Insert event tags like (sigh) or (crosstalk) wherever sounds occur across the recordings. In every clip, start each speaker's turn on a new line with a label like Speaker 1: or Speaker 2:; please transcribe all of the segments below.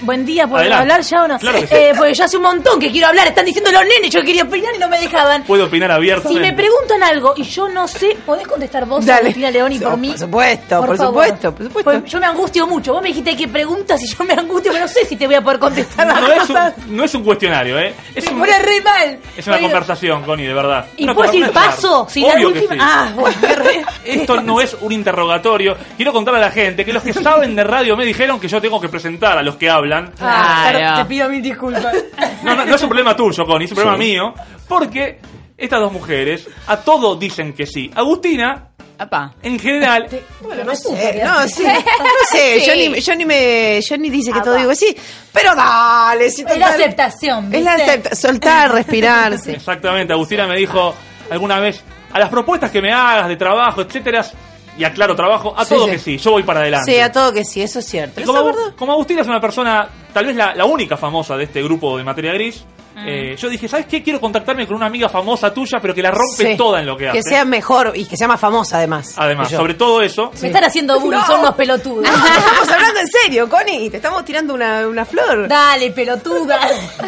Speaker 1: Buen día, ¿puedo
Speaker 2: Adelante.
Speaker 1: hablar ya o no?
Speaker 2: Claro que sí.
Speaker 1: Eh, porque yo hace un montón que quiero hablar, están diciendo los nenes, yo quería opinar y no me dejaban.
Speaker 2: Puedo opinar abierto.
Speaker 1: Si me preguntan algo y yo no sé, ¿podés contestar vos,
Speaker 3: Dale.
Speaker 1: Agustina León, y por
Speaker 3: Por
Speaker 1: mí?
Speaker 3: supuesto, por
Speaker 1: favor.
Speaker 3: supuesto, por supuesto.
Speaker 1: Pues yo me angustio mucho. Vos me dijiste que preguntas y yo me angustio, pero no sé si te voy a poder contestar las
Speaker 2: no, es
Speaker 1: cosas.
Speaker 2: un, no es un cuestionario, ¿eh? Es,
Speaker 1: Me
Speaker 2: un-
Speaker 1: pone re mal.
Speaker 2: es una
Speaker 1: Digo,
Speaker 2: conversación, Connie, de verdad.
Speaker 1: ¿Y
Speaker 2: Una
Speaker 1: puedo decir
Speaker 2: conversación.
Speaker 1: paso? Si la
Speaker 2: Obvio que
Speaker 1: última.
Speaker 2: sí.
Speaker 1: Ah, bueno, me re-
Speaker 2: Esto no es un interrogatorio. Quiero contarle a la gente que los que saben de radio me dijeron que yo tengo que presentar a los que
Speaker 1: (laughs)
Speaker 2: hablan.
Speaker 1: Ah,
Speaker 3: Claro.
Speaker 1: claro, Te pido mil
Speaker 3: (laughs)
Speaker 1: disculpas.
Speaker 2: No, no, no es un problema tuyo, Connie, es un problema mío. Porque estas dos mujeres a todo dicen que sí. Agustina,
Speaker 4: Apa.
Speaker 2: en general,
Speaker 1: Bueno,
Speaker 3: No sé, Eh, no, sí, no
Speaker 1: (laughs)
Speaker 3: sé,
Speaker 4: Sí.
Speaker 3: yo, ni, yo ni me, yo ni dice que todo
Speaker 1: va.
Speaker 3: digo sí, pero dale, si
Speaker 1: Es la
Speaker 3: total-
Speaker 1: aceptación.
Speaker 3: es la
Speaker 1: ¿viste?
Speaker 3: acepta, soltar, respirar, sí.
Speaker 2: Exactamente, Agustina me dijo alguna vez, a las propuestas que me hagas de trabajo, etcétera, y aclaro trabajo, a
Speaker 3: Sí,
Speaker 2: todo
Speaker 3: sí.
Speaker 2: que sí, yo voy para adelante.
Speaker 3: Sí, a todo que sí, eso es cierto.
Speaker 2: Y
Speaker 3: Eso
Speaker 2: como,
Speaker 3: es
Speaker 2: Agu-
Speaker 3: verdad.
Speaker 2: como Agustina es una persona, tal vez la, la única famosa de este grupo de materia gris, eh, yo dije, ¿sabes qué? Quiero contactarme con una amiga famosa tuya, pero que la rompe
Speaker 3: Sí.
Speaker 2: toda en lo que hace.
Speaker 3: Que sea mejor y que sea más famosa además.
Speaker 2: Además,
Speaker 3: que yo.
Speaker 2: sobre todo eso,
Speaker 1: Me están haciendo bullying,
Speaker 3: (laughs) No.
Speaker 1: son unos pelotudos.
Speaker 3: Estamos hablando en serio, Connie, te estamos tirando una, una flor.
Speaker 1: Dale, pelotuda.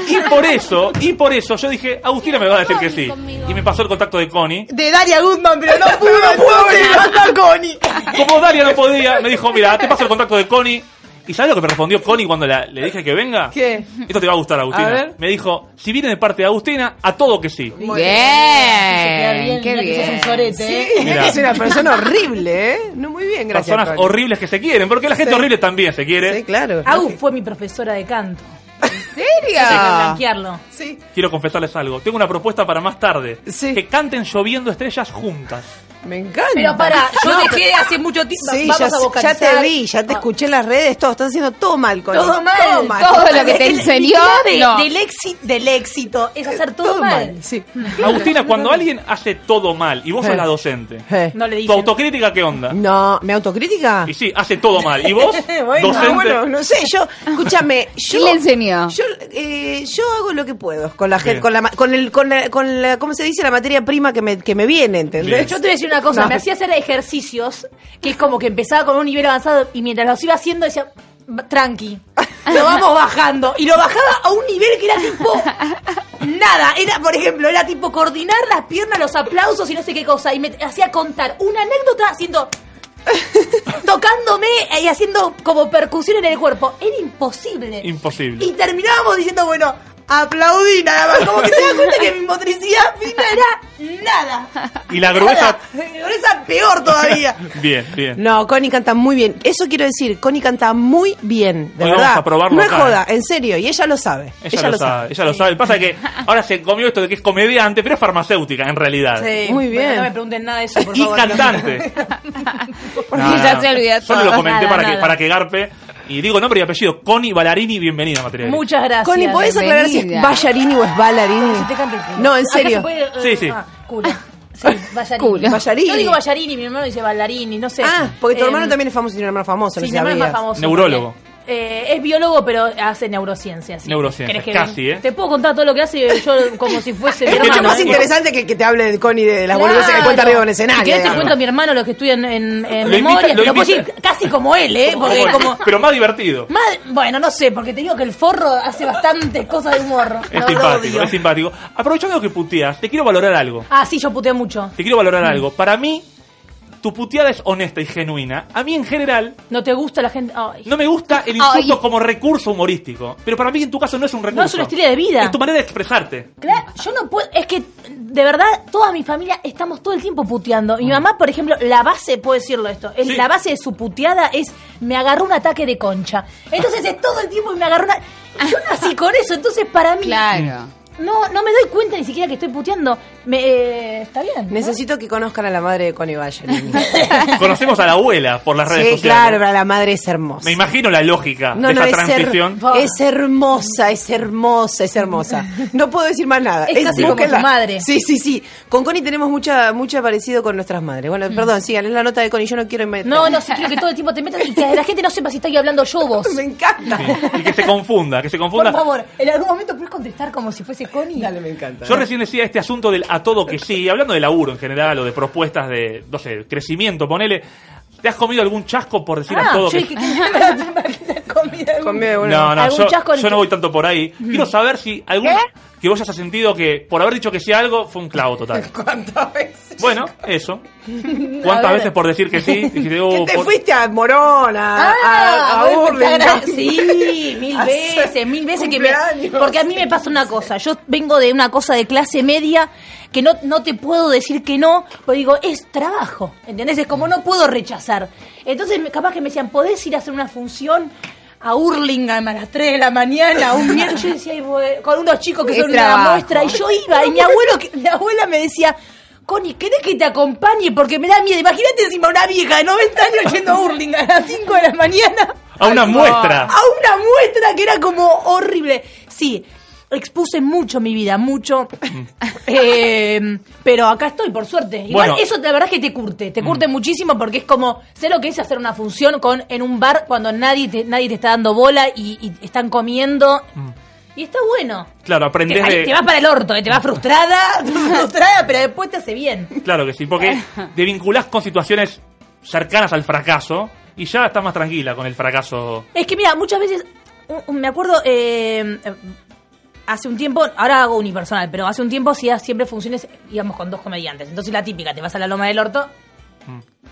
Speaker 2: y por eso, y por eso, yo dije, Agustina me va a decir que sí.
Speaker 4: Conmigo.
Speaker 2: Y me pasó el contacto de Connie.
Speaker 1: De Daria Goodman, pero no
Speaker 3: puedo, no puedo, levanta, Connie.
Speaker 2: Como Daria no podía, me dijo, mira, te paso el contacto de Connie. ¿Y sabes lo que me respondió Connie cuando la- le dije que venga?
Speaker 3: ¿Qué?
Speaker 2: Esto te va a gustar, Agustina.
Speaker 3: A ver.
Speaker 2: Me dijo, si viene de parte de Agustina, a todo que sí.
Speaker 4: Bien. Eh, Qué
Speaker 1: Qué
Speaker 4: bien.
Speaker 1: un sorete,
Speaker 3: Sí,
Speaker 1: ¿eh?
Speaker 2: Mirá.
Speaker 3: es una persona horrible, ¿eh? No muy bien, gracias.
Speaker 2: Personas
Speaker 3: Connie.
Speaker 2: horribles que se quieren, porque la gente
Speaker 3: Sí.
Speaker 2: horrible también se quiere.
Speaker 3: Sí, claro.
Speaker 1: Agus fue mi profesora de canto.
Speaker 4: ¿En serio?
Speaker 1: Para
Speaker 3: Ah.
Speaker 1: blanquearlo.
Speaker 3: Sí.
Speaker 2: Quiero confesarles algo. Tengo una propuesta para más tarde.
Speaker 3: Sí.
Speaker 2: Que canten lloviendo estrellas juntas.
Speaker 3: Me encanta.
Speaker 1: Pero pará, yo dejé hace mucho tiempo.
Speaker 3: Ah. Sí,
Speaker 1: Vamos
Speaker 3: ya,
Speaker 1: a
Speaker 3: ya
Speaker 1: vocalizar. Ah,
Speaker 3: te vi, ya te escuché en las redes, todo, estás haciendo todo mal, Connie.
Speaker 1: Todo mal,
Speaker 4: todo lo que te
Speaker 3: El-
Speaker 4: enseñó,
Speaker 3: el-
Speaker 1: De-
Speaker 4: No.
Speaker 1: del, éxito, del éxito es hacer todo, mal.
Speaker 3: Sí.
Speaker 1: (laughs)
Speaker 2: Agustina, cuando alguien hace todo mal y vos sos
Speaker 3: Eh.
Speaker 2: la docente,
Speaker 3: Eh.
Speaker 1: No le
Speaker 2: ¿tu
Speaker 1: dicen.
Speaker 2: autocrítica qué
Speaker 3: (laughs)
Speaker 2: onda?
Speaker 3: No, ¿me autocrítica?
Speaker 2: Y sí, hace todo mal. ¿Y vos,
Speaker 3: Bueno,
Speaker 2: docente?
Speaker 3: bueno, no sé, yo,
Speaker 1: (laughs)
Speaker 3: escúchame, yo
Speaker 4: le enseñó?
Speaker 3: Yo, eh, yo hago lo que puedo con la
Speaker 2: Bien.
Speaker 3: gente, con la, ma- con el, con la, con la- ¿cómo se dice? La materia prima que me, que me viene, ¿entendés?
Speaker 1: Yo te voy a decir una cosa,
Speaker 3: No.
Speaker 1: me hacía hacer ejercicios que es como que empezaba con un nivel avanzado y mientras los iba haciendo decía, "Va- tranqui, lo vamos bajando. Y lo bajaba a un nivel que era tipo nada. Era, por ejemplo, era tipo coordinar las piernas, los aplausos y no sé qué cosa. Y me hacía contar una anécdota haciendo tocándome y haciendo como percusión en el cuerpo. Era imposible.
Speaker 2: Imposible.
Speaker 3: Y terminábamos diciendo, bueno, aplaudí nada más, como que te das cuenta que mi motricidad fina
Speaker 2: (laughs)
Speaker 1: Era nada.
Speaker 2: Y la gruesa...
Speaker 3: era esa peor todavía.
Speaker 2: Bien, bien.
Speaker 3: No, Connie canta muy bien. Eso quiero decir, Connie canta muy bien, de
Speaker 2: Hoy vamos
Speaker 3: verdad.
Speaker 2: a probarlo
Speaker 3: no es
Speaker 2: acá, eh.
Speaker 3: joda, en serio, y ella lo sabe.
Speaker 2: Ella, lo, sabe, ella lo sabe. Pasa que ahora se comió esto de que es comediante, pero es farmacéutica en realidad.
Speaker 3: Muy bien.
Speaker 1: Bueno, no me pregunten nada de eso, por
Speaker 2: Y
Speaker 1: favor. (laughs)
Speaker 2: cantante.
Speaker 4: Porque ya se olvidó
Speaker 2: Solo
Speaker 4: todo.
Speaker 2: lo comenté
Speaker 1: Nada,
Speaker 2: para, Que,
Speaker 1: nada.
Speaker 2: para que garpe. Y digo nombre y apellido. Connie Ballarini, bienvenida, Material.
Speaker 1: Muchas gracias. Ah,
Speaker 3: Connie, ¿podés aclarar si
Speaker 4: Bienvenida.
Speaker 3: es ballarini o es ballarini?
Speaker 1: Te cambio el culo.
Speaker 3: No, en
Speaker 1: Acá se
Speaker 3: serio.
Speaker 1: puede, eh,
Speaker 2: Sí, sí.
Speaker 1: ah, culo.
Speaker 3: (laughs)
Speaker 1: Sí, ballarini.
Speaker 4: Culo.
Speaker 3: Ballarini.
Speaker 1: Yo digo ballarini, mi hermano dice ballarini, no sé.
Speaker 3: Ah, porque tu
Speaker 1: Eh,
Speaker 3: hermano también es famoso y tiene un hermano famoso.
Speaker 1: Sí,
Speaker 3: no
Speaker 1: mi hermano es más
Speaker 3: sabías.
Speaker 1: famoso.
Speaker 2: Neurólogo.
Speaker 1: Eh, es biólogo, pero hace neurociencias. sí.
Speaker 2: Neurociencias,
Speaker 1: ¿Querés que
Speaker 2: casi,
Speaker 1: ven-
Speaker 2: ¿eh?
Speaker 1: Te puedo contar todo lo que hace yo como si
Speaker 3: (laughs)
Speaker 1: fuese mi
Speaker 3: Es mucho
Speaker 1: hermano.
Speaker 3: más
Speaker 1: ¿eh?
Speaker 3: interesante que, que te hable de Connie de, de las
Speaker 1: Claro.
Speaker 3: boludeces que cuenta arriba en el
Speaker 1: Si
Speaker 3: escenario.
Speaker 1: querés te
Speaker 3: digamos.
Speaker 1: cuento a mi hermano lo que estudia en, en- en
Speaker 2: Lo invita-
Speaker 1: memoria.
Speaker 2: lo
Speaker 1: Lo puedo
Speaker 2: invita-
Speaker 1: decir casi como él, ¿eh? Porque
Speaker 2: Como-
Speaker 1: como...
Speaker 2: Pero más divertido.
Speaker 1: Madre- bueno, no sé, porque te digo que el forro hace bastantes cosas de humor.
Speaker 2: Es
Speaker 1: No, lo
Speaker 2: simpático,
Speaker 1: odio.
Speaker 2: es simpático. Aprovechando que puteas, te quiero valorar algo.
Speaker 1: Ah, sí, yo puteo mucho.
Speaker 2: Te quiero
Speaker 1: Mm.
Speaker 2: valorar algo. Para mí, tu puteada es honesta y genuina. A mí, en general,
Speaker 1: No te gusta la gente. Ay.
Speaker 2: no me gusta el insulto
Speaker 4: Ay.
Speaker 2: como recurso humorístico. Pero para mí, en tu caso, no es un recurso.
Speaker 1: un estilo de vida.
Speaker 2: Es tu manera de expresarte.
Speaker 1: Claro, yo no puedo. Es que, de verdad, toda mi familia estamos todo el tiempo puteando. Mi mamá, por ejemplo, la base, puedo decirlo esto, es,
Speaker 2: Sí.
Speaker 1: la base de su puteada es me agarró un ataque de concha. Entonces es todo el tiempo y me agarró una. Yo nací con eso, entonces para mí.
Speaker 4: Claro.
Speaker 1: No, no me doy cuenta ni siquiera que estoy puteando. Me, eh, está bien. ¿no?
Speaker 3: Necesito que conozcan a la madre de Connie Ballarini.
Speaker 2: Conocemos a la abuela por las redes
Speaker 3: sí,
Speaker 2: sociales.
Speaker 3: claro, pero la madre es hermosa.
Speaker 2: Me imagino la lógica
Speaker 3: No,
Speaker 2: de
Speaker 3: no,
Speaker 2: esa
Speaker 3: es, her-
Speaker 2: Ah, transición.
Speaker 3: es hermosa, es hermosa, es hermosa. No puedo decir más nada.
Speaker 1: Es casi como
Speaker 3: búsquenla.
Speaker 1: tu madre.
Speaker 3: Sí, sí, sí. Con Connie tenemos mucha, mucha parecido con nuestras madres. Bueno, perdón, sigan, es la nota de Connie, yo no quiero meter.
Speaker 1: Mm. No, no, sí, quiero que todo el tiempo te metas y que la gente no sepa si está aquí hablando yo o vos.
Speaker 3: (laughs) Me encanta.
Speaker 2: Sí, Y que se confunda, que se
Speaker 1: Por
Speaker 2: confunda.
Speaker 1: favor, en algún momento puedes contestar como si fuese Connie.
Speaker 3: Dale, me encanta.
Speaker 2: Yo recién decía este asunto del a todo que sí, hablando de laburo en general o de propuestas de, no sé, crecimiento, ponele. ¿Te has comido algún chasco por decir a
Speaker 1: Ah,
Speaker 2: todo
Speaker 1: yo (laughs)
Speaker 2: que
Speaker 1: dije, ¿qué me imagino con comida.
Speaker 3: Conmigo de una.
Speaker 2: No, no,
Speaker 1: Algún
Speaker 2: yo,
Speaker 1: chasco en
Speaker 2: yo
Speaker 1: el
Speaker 2: no
Speaker 1: que-
Speaker 2: voy tanto por ahí. Quiero saber si algún que vos hayas sentido que por haber dicho que sí a algo fue un clavo total.
Speaker 3: ¿Cuántas veces?
Speaker 2: Bueno, eso. ¿Cuántas veces por decir que sí? Dijiste, oh,
Speaker 3: Que te
Speaker 2: por-
Speaker 3: fuiste a Morona,
Speaker 1: Ah,
Speaker 3: a, a
Speaker 1: bueno,
Speaker 3: Burlingame.
Speaker 1: está gra- Sí,
Speaker 3: (laughs)
Speaker 1: mil
Speaker 3: Hacer
Speaker 1: veces, mil veces que me.
Speaker 3: cumpleaños.
Speaker 1: Porque a mí me pasa una cosa. Yo vengo de una cosa de clase media que no, no te puedo decir que no, porque digo, es trabajo. ¿Entendés? Es como no puedo rechazar. Entonces, me- capaz que me decían, ¿podés ir a hacer una función? A Hurlingham a las 3 de la mañana, un viernes, yo decía, "Ay, voy", con unos chicos que
Speaker 4: Es
Speaker 1: son una
Speaker 4: trabajo.
Speaker 1: muestra, y yo iba, y mi abuelo, que- mi abuela me decía, Connie, ¿querés que te acompañe? Porque me da miedo. Imagínate encima una vieja de 90 años yendo a Hurlingham a las 5 de la mañana
Speaker 2: a una
Speaker 4: Ay, no.
Speaker 2: muestra.
Speaker 1: a una muestra que era como horrible. Sí, expuse mucho mi vida, mucho. Eh, pero acá estoy, por suerte. Igual
Speaker 2: Bueno.
Speaker 1: eso la verdad es que te curte, te curte muchísimo porque es como, sé lo que es hacer una función con en un bar cuando nadie te, nadie te está dando bola y, y están comiendo. Y está bueno.
Speaker 2: Mm. Claro,
Speaker 1: Te,
Speaker 2: aprendés
Speaker 1: ay,
Speaker 2: de.
Speaker 1: te vas para el orto, eh, te vas frustrada, (laughs) frustrada, pero después te hace bien.
Speaker 2: Claro que sí, porque te vinculás con situaciones cercanas al fracaso y ya estás más tranquila con el fracaso.
Speaker 1: Es que mira, muchas veces, un- un- me acuerdo, eh, hace un tiempo, ahora hago unipersonal, pero hace un tiempo hacía siempre funciones, íbamos con dos comediantes. Entonces la típica, te vas a la loma del orto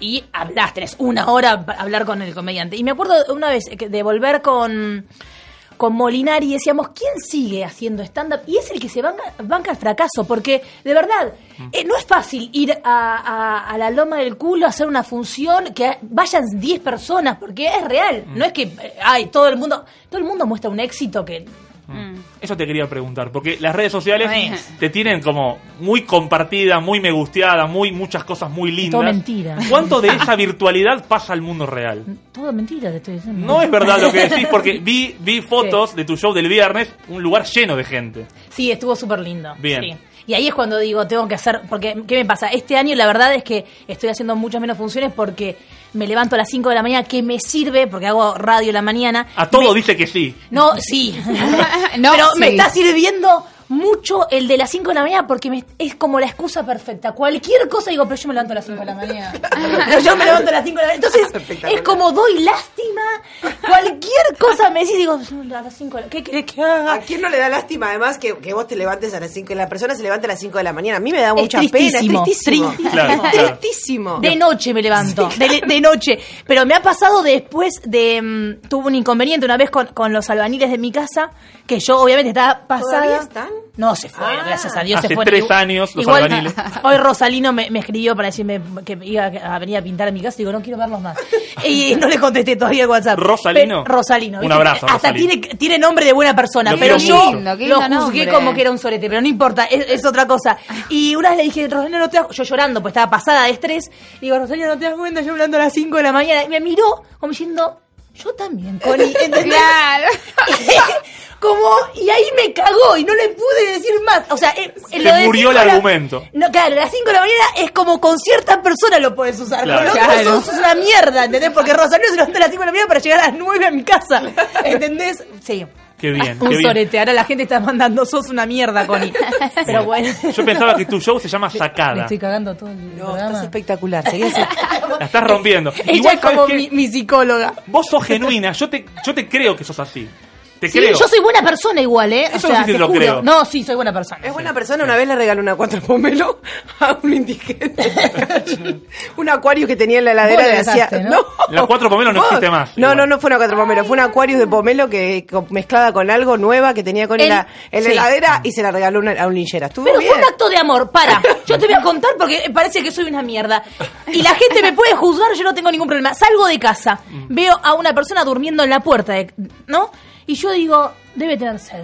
Speaker 1: y hablas, tenés una hora para hablar con el comediante. Y me acuerdo una vez que- de volver con... Con Molinari y decíamos, ¿quién sigue haciendo stand-up? Y es el que se banca, banca el fracaso, porque de verdad,
Speaker 2: Mm.
Speaker 1: eh, no es fácil ir a, a- a la loma del culo a hacer una función que vayan 10 personas, porque es real.
Speaker 2: Mm.
Speaker 1: No es que, eh, ay, todo el mundo, todo el mundo muestra un éxito que
Speaker 2: Eso te quería preguntar, porque las redes sociales
Speaker 1: Ay.
Speaker 2: te tienen como muy compartida, muy me gusteada, muy muchas cosas muy lindas.
Speaker 1: todo mentira.
Speaker 2: ¿Cuánto de esa virtualidad pasa al mundo real?
Speaker 1: Todo mentira te estoy diciendo.
Speaker 2: No es verdad lo que decís, porque vi, vi fotos de tu show del viernes, un lugar lleno de gente.
Speaker 1: Sí, estuvo súper lindo.
Speaker 2: Bien.
Speaker 1: Sí. Y ahí es cuando digo, tengo que hacer, porque, ¿qué me pasa? Este año la verdad es que estoy haciendo muchas menos funciones porque me levanto a las 5 de la mañana, que me sirve, porque hago radio en la mañana.
Speaker 2: A todo
Speaker 1: Me-
Speaker 2: dice que sí.
Speaker 1: No, sí.
Speaker 4: (laughs) No,
Speaker 1: Pero me
Speaker 4: sí.
Speaker 1: está sirviendo mucho el de las 5 de la mañana porque me- es como la excusa perfecta. Cualquier cosa digo, pero yo me levanto a las 5 de la
Speaker 4: (laughs)
Speaker 1: mañana. Pero yo me levanto a las 5 de la mañana. Entonces, es
Speaker 3: Espectacular.
Speaker 1: como doy lástima. Cualquier cosa me decís, digo, a las 5 de la ¿Qué querés que haga?
Speaker 3: ¿A quién no le da lástima además que, que vos te levantes a las 5 y la persona se levanta a las 5 de la mañana? A mí me da mucha
Speaker 1: tristísimo,
Speaker 3: pena, es tristísimo.
Speaker 1: tristísimo.
Speaker 2: Claro,
Speaker 3: Es
Speaker 2: claro.
Speaker 3: tristísimo.
Speaker 1: De noche me levanto, de, de noche. Pero me ha pasado después de... mm, tuve un inconveniente una vez con, con los albaniles de mi casa, que yo obviamente estaba pasada.
Speaker 3: ¿Todavía están?
Speaker 1: No, se fue,
Speaker 3: Ah.
Speaker 1: gracias a Dios
Speaker 2: Hace
Speaker 1: se fue.
Speaker 2: tres años los albaniles.
Speaker 1: (laughs) Hoy Rosalino me, me escribió para decirme que iba a venir a pintar a mi casa y digo, no quiero verlos
Speaker 4: (laughs)
Speaker 1: más. Y no le contesté todavía el WhatsApp.
Speaker 2: ¿Rosalino?
Speaker 1: Pero- Rosalino.
Speaker 2: Un
Speaker 1: ¿viste?
Speaker 2: abrazo,
Speaker 1: Hasta
Speaker 2: Rosalino.
Speaker 1: tiene, tiene nombre de buena persona,
Speaker 2: Lo
Speaker 1: pero
Speaker 2: quiero
Speaker 1: yo
Speaker 4: mucho. Qué
Speaker 1: lo
Speaker 4: lindo
Speaker 1: juzgué
Speaker 4: nombre.
Speaker 1: como que era un sorete, pero no importa, es, es otra cosa. Y una vez le dije, Rosalino, no te das Yo llorando, pues estaba pasada de estrés. Y digo, Rosalino, no te das cuenta, yo hablando a las 5 de la mañana. Y me miró como diciendo, yo también, Connie. ¿entendés? (laughs)
Speaker 4: Claro.
Speaker 1: como, y ahí me cagó y no le pude decir más. O sea, eh,
Speaker 2: Se
Speaker 1: lo de
Speaker 2: murió
Speaker 1: cinco
Speaker 2: el
Speaker 1: de la-
Speaker 2: argumento.
Speaker 1: No, claro, las 5 de la mañana es como con ciertas personas lo puedes usar.
Speaker 2: Claro.
Speaker 1: Con otros
Speaker 4: Claro.
Speaker 1: sos sos una mierda, ¿entendés? Porque Rosario se levanta a las 5 de la mañana para llegar a las 9 a mi casa. ¿Entendés? Sí.
Speaker 2: Qué bien,
Speaker 1: Un
Speaker 2: qué bien.
Speaker 1: sorete. Ahora la gente está mandando, sos una mierda, Connie. (laughs) Pero bueno.
Speaker 2: Yo pensaba que tu show se llama Sacada.
Speaker 1: Me estoy cagando todo el
Speaker 3: No,
Speaker 1: programa. (laughs)
Speaker 3: estás espectacular. seguís
Speaker 2: La estás rompiendo.
Speaker 1: Ella
Speaker 2: Igual
Speaker 1: es como
Speaker 2: sabés
Speaker 1: mi,
Speaker 2: que
Speaker 1: mi psicóloga.
Speaker 2: vos sos genuina, yo te, yo te creo que sos así. Te
Speaker 1: Sí,
Speaker 2: creo.
Speaker 1: yo soy buena persona igual, ¿eh? O
Speaker 2: Eso
Speaker 1: sea,
Speaker 2: sí te
Speaker 1: te
Speaker 2: lo
Speaker 1: juro.
Speaker 2: creo.
Speaker 1: No, sí, soy buena persona.
Speaker 3: Es buena persona, una vez le regaló una cuatro pomelo (laughs) a un indigente.
Speaker 2: (laughs)
Speaker 3: un acuario que tenía en la heladera
Speaker 1: Vos le
Speaker 3: de hacía.
Speaker 1: dejaste, ¿no?
Speaker 2: La cuatro pomelo no
Speaker 3: Vos-
Speaker 2: existe más,
Speaker 3: No,
Speaker 2: igual.
Speaker 3: no, no fue una cuatro pomelo, fue un acuario de pomelo que co- mezclada con algo nueva que tenía con
Speaker 1: El-
Speaker 3: la, en la
Speaker 1: sí.
Speaker 3: heladera y se la regaló una- a un linchera. Estuvo
Speaker 1: Pero
Speaker 3: bien.
Speaker 1: fue un acto de amor, (laughs) para. Yo te voy a contar porque parece que soy una mierda. Y la gente me puede juzgar, yo no tengo ningún problema. Salgo de casa,
Speaker 2: Mm.
Speaker 1: veo a una persona durmiendo en la puerta, de- ¿no? Y yo digo, debe tener sed.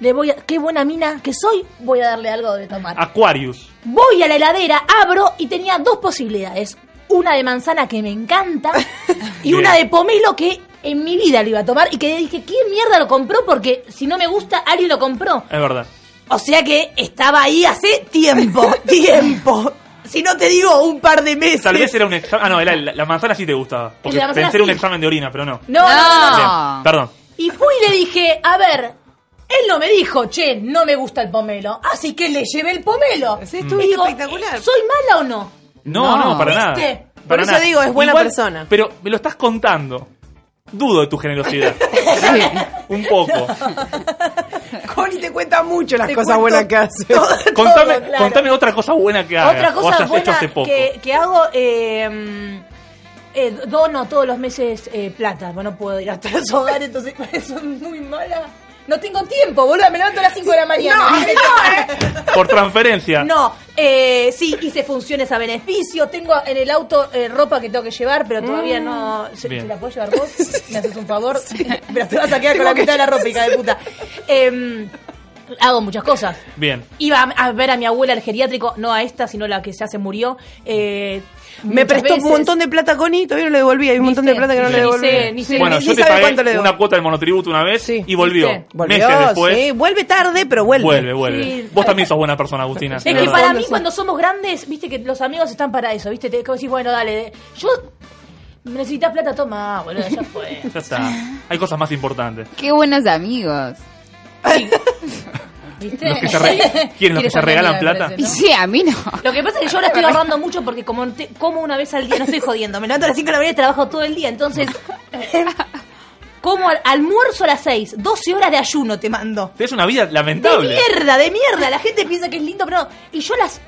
Speaker 1: Le voy a, qué buena mina que soy, voy a darle algo de tomar.
Speaker 2: Aquarius.
Speaker 1: Voy a la heladera, abro y tenía dos posibilidades. Una de manzana que me
Speaker 2: (laughs)
Speaker 1: encanta y
Speaker 2: Bien.
Speaker 1: una de pomelo que en mi vida lo iba a tomar y que dije, ¿quién mierda lo compró? Porque si no me gusta, alguien lo compró.
Speaker 2: Es verdad.
Speaker 1: O sea que estaba ahí hace
Speaker 2: (laughs)
Speaker 1: tiempo, tiempo. Si no te digo un par de meses.
Speaker 2: Tal vez era un examen. Ah, no, era la, la manzana sí te gustaba. Porque
Speaker 1: La manzana
Speaker 2: pensé era un
Speaker 1: sí.
Speaker 2: examen de orina, pero no.
Speaker 1: No, no, no, no.
Speaker 2: Bien, perdón.
Speaker 1: Y fui y le dije, a ver, él no me dijo, che, no me gusta el pomelo. Así que le llevé el pomelo.
Speaker 3: Sí, estuvo
Speaker 1: Y digo,
Speaker 3: espectacular.
Speaker 1: ¿Soy mala o no?
Speaker 2: No, no,
Speaker 4: No.
Speaker 2: para
Speaker 1: ¿Viste?
Speaker 2: nada.
Speaker 1: Por
Speaker 2: Para
Speaker 3: eso
Speaker 2: nada.
Speaker 3: digo, es buena
Speaker 2: Igual,
Speaker 3: persona.
Speaker 2: Pero me lo estás contando. dudo de tu generosidad. Un
Speaker 1: (laughs)
Speaker 2: poco.
Speaker 3: Connie te cuenta mucho las
Speaker 1: Te
Speaker 3: cosas
Speaker 1: cuento
Speaker 3: buenas que hace. (laughs)
Speaker 2: Contame,
Speaker 1: Todo, claro.
Speaker 2: contame otra cosa buena que hagas.
Speaker 1: Otra
Speaker 2: o
Speaker 1: cosa
Speaker 2: hayas hecho
Speaker 1: buena
Speaker 2: hace poco.
Speaker 1: que, que hago, eh, eh, dono todos los meses eh, plata. Bueno, no puedo ir hasta los hogares, entonces (laughs) soy muy mala. No tengo tiempo, boludo, me levanto a las 5 de la mañana. (laughs) No, eh.
Speaker 2: Por transferencia.
Speaker 1: (laughs) No, eh, sí, hice funciones a beneficio, tengo en el auto eh, ropa que tengo que llevar, pero todavía no... ¿se,
Speaker 2: Mm. Bien.
Speaker 1: se la puedo llevar
Speaker 2: (laughs)
Speaker 1: vos? ¿Me haces un favor? (laughs) pero te vas a quedar con la mitad de la ropa, hija de
Speaker 2: (laughs)
Speaker 1: puta. Em, hago muchas cosas.
Speaker 2: Bien.
Speaker 1: Iba a, a ver a mi abuela al geriátrico, no a esta, sino la que ya se murió. eh,
Speaker 3: Me
Speaker 1: muchas
Speaker 3: prestó
Speaker 1: veces.
Speaker 3: un montón de plata, Connie, todavía no le devolví. Hay un montón de plata que no le
Speaker 1: Ni
Speaker 3: devolví.
Speaker 1: sé, ni sé.
Speaker 2: bueno,
Speaker 3: ni
Speaker 2: yo te
Speaker 3: sabe
Speaker 2: pagué
Speaker 3: cuánto le debo.
Speaker 2: una cuota del monotributo una vez
Speaker 3: Sí.
Speaker 2: y volvió.
Speaker 1: ¿Viste?
Speaker 3: Volvió,
Speaker 2: Meses después.
Speaker 3: sí. Vuelve tarde, pero vuelve.
Speaker 2: Vuelve, vuelve. Vos también sos buena persona, Agustina.
Speaker 1: Es que
Speaker 2: ¿verdad?
Speaker 1: para mí cuando somos grandes, viste que los amigos están para eso, viste, te como decís, bueno, dale, yo necesitas plata, toma, ah, boludo, ya
Speaker 2: (laughs)
Speaker 1: fue.
Speaker 2: Ya está. Hay cosas más importantes.
Speaker 4: (laughs) Qué buenos amigos.
Speaker 1: ¿Viste?
Speaker 2: Los
Speaker 1: (laughs)
Speaker 2: que se re- ¿Quieren los que
Speaker 1: Quieres
Speaker 2: se regalan
Speaker 1: aprender,
Speaker 2: plata?
Speaker 1: parece,
Speaker 4: Y
Speaker 1: ¿no?
Speaker 4: sí, a mí no.
Speaker 1: Lo que pasa es que yo ahora estoy ahorrando mucho porque como te- como una vez al día, no estoy jodiendo, me levanto a las 5 de la mañana y trabajo todo el día,
Speaker 2: (laughs)
Speaker 1: entonces eh, como al- almuerzo a las 6, 12 horas de ayuno te mando.
Speaker 2: Tenés una vida
Speaker 1: De
Speaker 2: lamentable.
Speaker 1: mierda, de mierda, la gente piensa que es lindo, pero no. Y yo las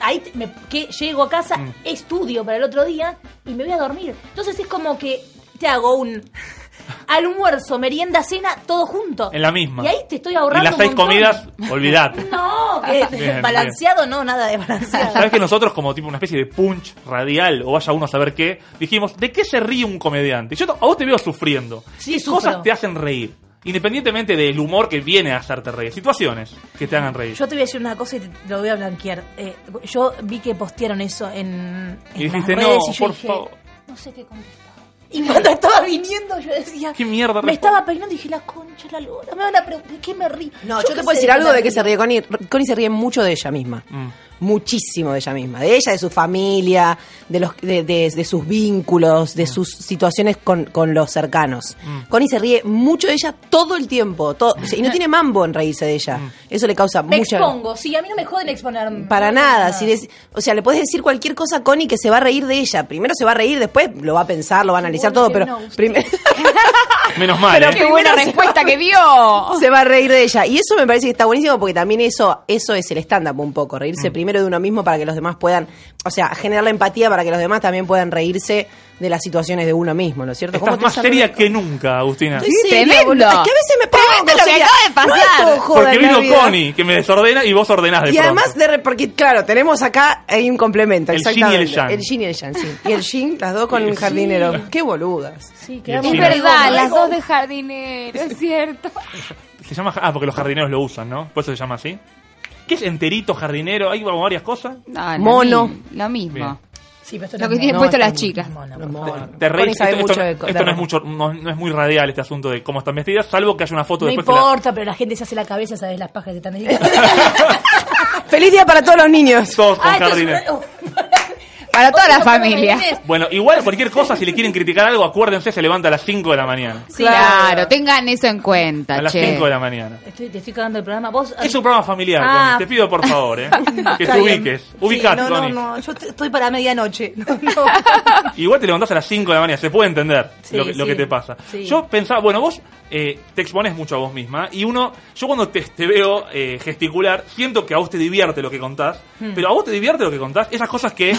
Speaker 1: ahí te- me- que llego a casa,
Speaker 2: Mm.
Speaker 1: estudio para el otro día y me voy a dormir. Entonces es como que te hago
Speaker 2: (laughs)
Speaker 1: un almuerzo, merienda, cena, todo junto.
Speaker 2: En la misma.
Speaker 1: Y ahí te estoy
Speaker 2: y
Speaker 1: ahorrando
Speaker 2: las
Speaker 1: un
Speaker 2: seis
Speaker 1: montón.
Speaker 2: comidas, olvidate.
Speaker 1: (laughs) No, que-
Speaker 2: (laughs) bien.
Speaker 1: balanceado no, nada de balanceado.
Speaker 2: Sabes que nosotros, como tipo una especie de punch radial, o vaya uno a saber qué, dijimos, ¿de qué se ríe un comediante? Yo no- a vos te veo sufriendo.
Speaker 1: Sí,
Speaker 2: ¿Qué
Speaker 1: sufro.
Speaker 2: cosas te hacen reír? Independientemente del humor que viene a hacerte reír. Situaciones que te hagan reír.
Speaker 1: Yo te voy a decir una cosa y te lo voy a blanquear. Eh, yo vi que postearon eso en, en
Speaker 2: Y dijiste,
Speaker 1: las redes
Speaker 2: "No,
Speaker 1: y yo
Speaker 2: por
Speaker 1: dije,
Speaker 2: favor".
Speaker 1: no sé qué contestar. Y cuando estaba viniendo yo decía,
Speaker 2: ¿Qué mierda
Speaker 1: Me
Speaker 2: respondo?
Speaker 1: estaba peinando y dije, la concha, la lora, me van a preguntar, ¿de qué me río?
Speaker 3: No, yo,
Speaker 1: qué
Speaker 3: te puedo
Speaker 1: sé
Speaker 3: decir algo
Speaker 1: me
Speaker 3: de que se
Speaker 1: río.
Speaker 3: ríe Connie. Connie se ríe mucho de ella misma.
Speaker 2: Mm.
Speaker 3: Muchísimo de ella misma. De ella, de su familia, de, los, de, de- de sus vínculos, de sus situaciones con, con los cercanos. Connie se ríe mucho de ella todo el tiempo. todo- y no tiene mambo en reírse de ella. Eso le causa
Speaker 1: Mm. Me
Speaker 3: mucha...
Speaker 1: expongo, Ah. sí, a mí no me joden exponerme.
Speaker 3: Para
Speaker 1: No,
Speaker 3: nada. Si des- o sea, le puedes decir cualquier cosa a Connie que se va a reír de ella. Primero se va a reír, después lo va a pensar, lo va a analizar
Speaker 1: Bueno,
Speaker 3: todo,
Speaker 1: que
Speaker 3: pero...
Speaker 1: no, usted.
Speaker 3: primero
Speaker 1: Ah,
Speaker 2: Menos mal,
Speaker 3: Pero
Speaker 2: ¿eh?
Speaker 4: Qué buena
Speaker 3: Primero se-
Speaker 4: respuesta que
Speaker 2: Oh.
Speaker 4: dio.
Speaker 3: se va a reír de ella. Y eso me parece que está buenísimo porque también eso, eso es el stand-up un poco,
Speaker 2: Mm.
Speaker 3: reírse primero de uno mismo para que los demás puedan, o sea, generar la empatía para que los demás también puedan reírse de las situaciones de uno mismo, ¿no es cierto?
Speaker 2: Estás
Speaker 3: te
Speaker 2: más
Speaker 3: vas a
Speaker 2: seria
Speaker 3: reír?
Speaker 2: que nunca, Agustina.
Speaker 3: Estoy
Speaker 4: Sí,
Speaker 3: seria,
Speaker 4: tremendo.
Speaker 3: boluda. Es que a veces me pongo
Speaker 4: Tremendo lo que
Speaker 3: seria.
Speaker 4: acaba de
Speaker 3: No
Speaker 4: pasar.
Speaker 3: me puedo joder
Speaker 2: Porque
Speaker 3: en la
Speaker 2: vino
Speaker 3: vida.
Speaker 2: Connie, que me desordena, y vos ordenás de
Speaker 3: Y además,
Speaker 2: pronto.
Speaker 3: de re- porque claro, tenemos acá hay un complemento.
Speaker 2: El yin y el
Speaker 3: exactamente.
Speaker 2: yang.
Speaker 3: El yin y el yang, sí. Y el yin, las dos con un jardinero. Qué boludas.
Speaker 1: Sí,
Speaker 2: Es
Speaker 1: quedamos
Speaker 4: Es
Speaker 2: Sí,
Speaker 4: verdad,
Speaker 1: no,
Speaker 4: las
Speaker 1: no,
Speaker 4: dos de jardinero, es cierto.
Speaker 2: Se llama... Ah, porque los jardineros lo usan, ¿no? Por eso se llama así. ¿Qué es enterito, jardinero? Hay como varias cosas.
Speaker 4: No, lo
Speaker 3: Mono.
Speaker 4: mi- Lo mismo.
Speaker 2: Bien.
Speaker 1: Sí, pero esto
Speaker 4: Lo
Speaker 1: no
Speaker 4: que
Speaker 1: es
Speaker 4: tienen
Speaker 1: mono.
Speaker 4: puesto
Speaker 3: está
Speaker 4: las
Speaker 3: muy-
Speaker 4: chicas.
Speaker 1: Mono,
Speaker 3: No,
Speaker 1: por
Speaker 3: mono.
Speaker 1: favor.
Speaker 2: Te reís,
Speaker 3: Connie sabe
Speaker 2: esto, esto-
Speaker 3: mucho de-
Speaker 2: esto
Speaker 3: de
Speaker 2: no es
Speaker 3: ropa.
Speaker 2: mucho, no, no es muy radial este asunto de cómo están vestidas, salvo que haya una foto
Speaker 1: No
Speaker 2: después. que la-
Speaker 1: importa, pero la gente se hace la cabeza, sabes las pajas que están
Speaker 2: (laughs)
Speaker 1: diciendo.
Speaker 3: Ah, Feliz día para todos los niños.
Speaker 2: Todos con
Speaker 1: Ah, esto es
Speaker 2: jardines.
Speaker 1: una-
Speaker 4: Para toda la
Speaker 1: Otro tema,
Speaker 4: familia.
Speaker 1: Inés.
Speaker 2: Bueno, igual cualquier cosa, si le quieren criticar algo, acuérdense, se levanta a las 5 de la mañana.
Speaker 4: Claro, tengan eso en cuenta,
Speaker 2: A las
Speaker 4: che.
Speaker 2: 5 de la mañana.
Speaker 1: Estoy, te estoy cagando el programa. Vos,
Speaker 2: Es un programa familiar,
Speaker 1: Ah.
Speaker 2: Connie, te pido por favor,
Speaker 1: (laughs)
Speaker 2: ¿eh? que
Speaker 1: Está
Speaker 2: te
Speaker 1: bien.
Speaker 2: ubiques.
Speaker 1: Sí,
Speaker 2: Ubicate,
Speaker 1: no, no,
Speaker 2: Connie.
Speaker 1: no, yo te- estoy para medianoche. No, no.
Speaker 2: Igual te levantás a las 5 de la mañana, se puede entender
Speaker 1: Sí,
Speaker 2: lo, que- lo
Speaker 1: sí.
Speaker 2: que te pasa.
Speaker 1: Sí.
Speaker 2: Yo pensaba, bueno, vos eh, te expones mucho a vos misma y uno, yo cuando te, te veo eh, gesticular, siento que a vos te divierte lo que contás,
Speaker 1: Hmm.
Speaker 2: pero a vos te divierte lo que contás, esas cosas que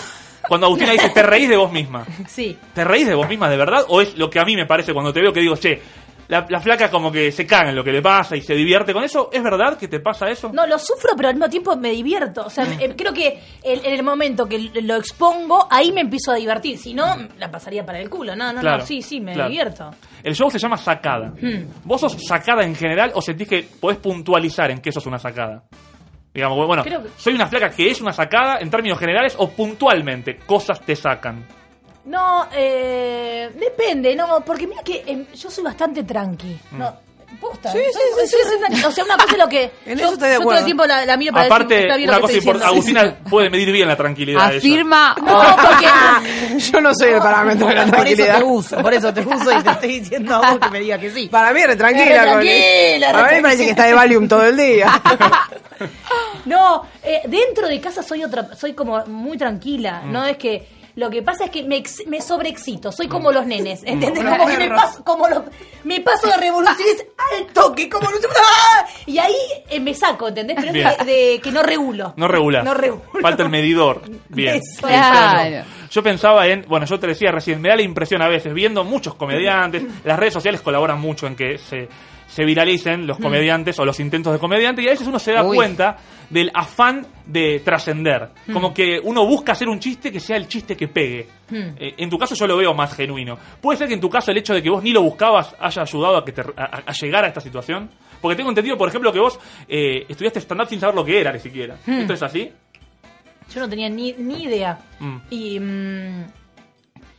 Speaker 2: cuando Agustina dice, te reís de vos misma.
Speaker 1: Sí.
Speaker 2: ¿Te reís de vos misma de verdad? ¿O es lo que a mí me parece cuando te veo que digo, che, la, la flaca como que se caga en lo que le pasa y se divierte con eso? ¿Es verdad que te pasa eso?
Speaker 1: No, lo sufro, pero al mismo tiempo me divierto. O sea, eh, creo que el- en el momento que lo expongo, ahí me empiezo a divertir. Si no, la pasaría para el culo. No, no,
Speaker 2: Claro,
Speaker 1: no. Sí, sí, me
Speaker 2: claro.
Speaker 1: divierto.
Speaker 2: El show se llama sacada.
Speaker 1: Hmm.
Speaker 2: ¿Vos sos sacada en general o sentís que podés puntualizar en qué sos una sacada? Digamos, bueno,
Speaker 1: Creo que-
Speaker 2: soy una flaca que es una sacada en términos generales o puntualmente cosas te sacan.
Speaker 1: No, eh, depende, no, porque mira que em, yo soy bastante tranqui.
Speaker 2: Mm.
Speaker 1: No, posta.
Speaker 3: Sí,
Speaker 1: Yo-
Speaker 3: sí,
Speaker 1: yo
Speaker 3: sí,
Speaker 1: soy tranqui. O sea, una cosa es lo que.
Speaker 3: (laughs) En
Speaker 1: yo,
Speaker 3: eso estoy de
Speaker 1: yo todo
Speaker 3: acuerdo.
Speaker 1: el tiempo la, la miro para ver si
Speaker 2: Aparte,
Speaker 1: está bien lo
Speaker 2: una
Speaker 1: que
Speaker 2: cosa
Speaker 1: estoy
Speaker 2: importante,
Speaker 1: diciendo.
Speaker 2: Agustina puede medir bien la tranquilidad. de ella.
Speaker 4: Afirma
Speaker 1: (laughs) No,
Speaker 2: (laughs)
Speaker 1: porque.
Speaker 3: (laughs) Yo no soy el parámetro de la
Speaker 1: Por eso
Speaker 3: tranquilidad.
Speaker 1: te uso, por eso te uso y te estoy diciendo a vos que me digas que sí.
Speaker 3: Para mí, re
Speaker 1: Es
Speaker 3: tranquila,
Speaker 1: re
Speaker 3: Connie.
Speaker 1: tranquila, re
Speaker 3: Para mí me parece que está de Valium todo
Speaker 1: (laughs)
Speaker 3: el día.
Speaker 2: Mm.
Speaker 1: No, eh, dentro de casa soy otra, soy como muy tranquila. No es que Lo que pasa es que me, ex- me sobreexcito, soy
Speaker 2: Mm.
Speaker 1: como los nenes, ¿entendés? Como que me
Speaker 2: perra.
Speaker 1: paso, como los- me paso de revoluciones al toque, como los- ¡Ah! Y ahí eh, me saco, ¿entendés? Pero
Speaker 2: Bien.
Speaker 1: es de, de que no regulo.
Speaker 2: No regular.
Speaker 1: No regulo.
Speaker 2: Falta el medidor.
Speaker 1: (laughs)
Speaker 2: Bien.
Speaker 1: Eso.
Speaker 4: Claro.
Speaker 2: Yo pensaba en, bueno, yo te decía recién, me da la impresión a veces, viendo muchos comediantes, las redes sociales colaboran mucho en que se, se viralicen los comediantes o los intentos de comediante, y a veces uno se da
Speaker 4: Uy.
Speaker 2: cuenta del afán de trascender. Como que uno busca hacer un chiste que sea el chiste que pegue. Eh, en tu caso yo lo veo más genuino. ¿Puede ser que en tu caso el hecho de que vos ni lo buscabas haya ayudado a, que te- a- a llegar a esta situación? Porque tengo entendido, por ejemplo, que vos eh, estudiaste stand-up sin saber lo que era ni siquiera. ¿Esto es así?
Speaker 1: Yo no tenía ni, ni idea.
Speaker 2: Mm.
Speaker 1: Y mm,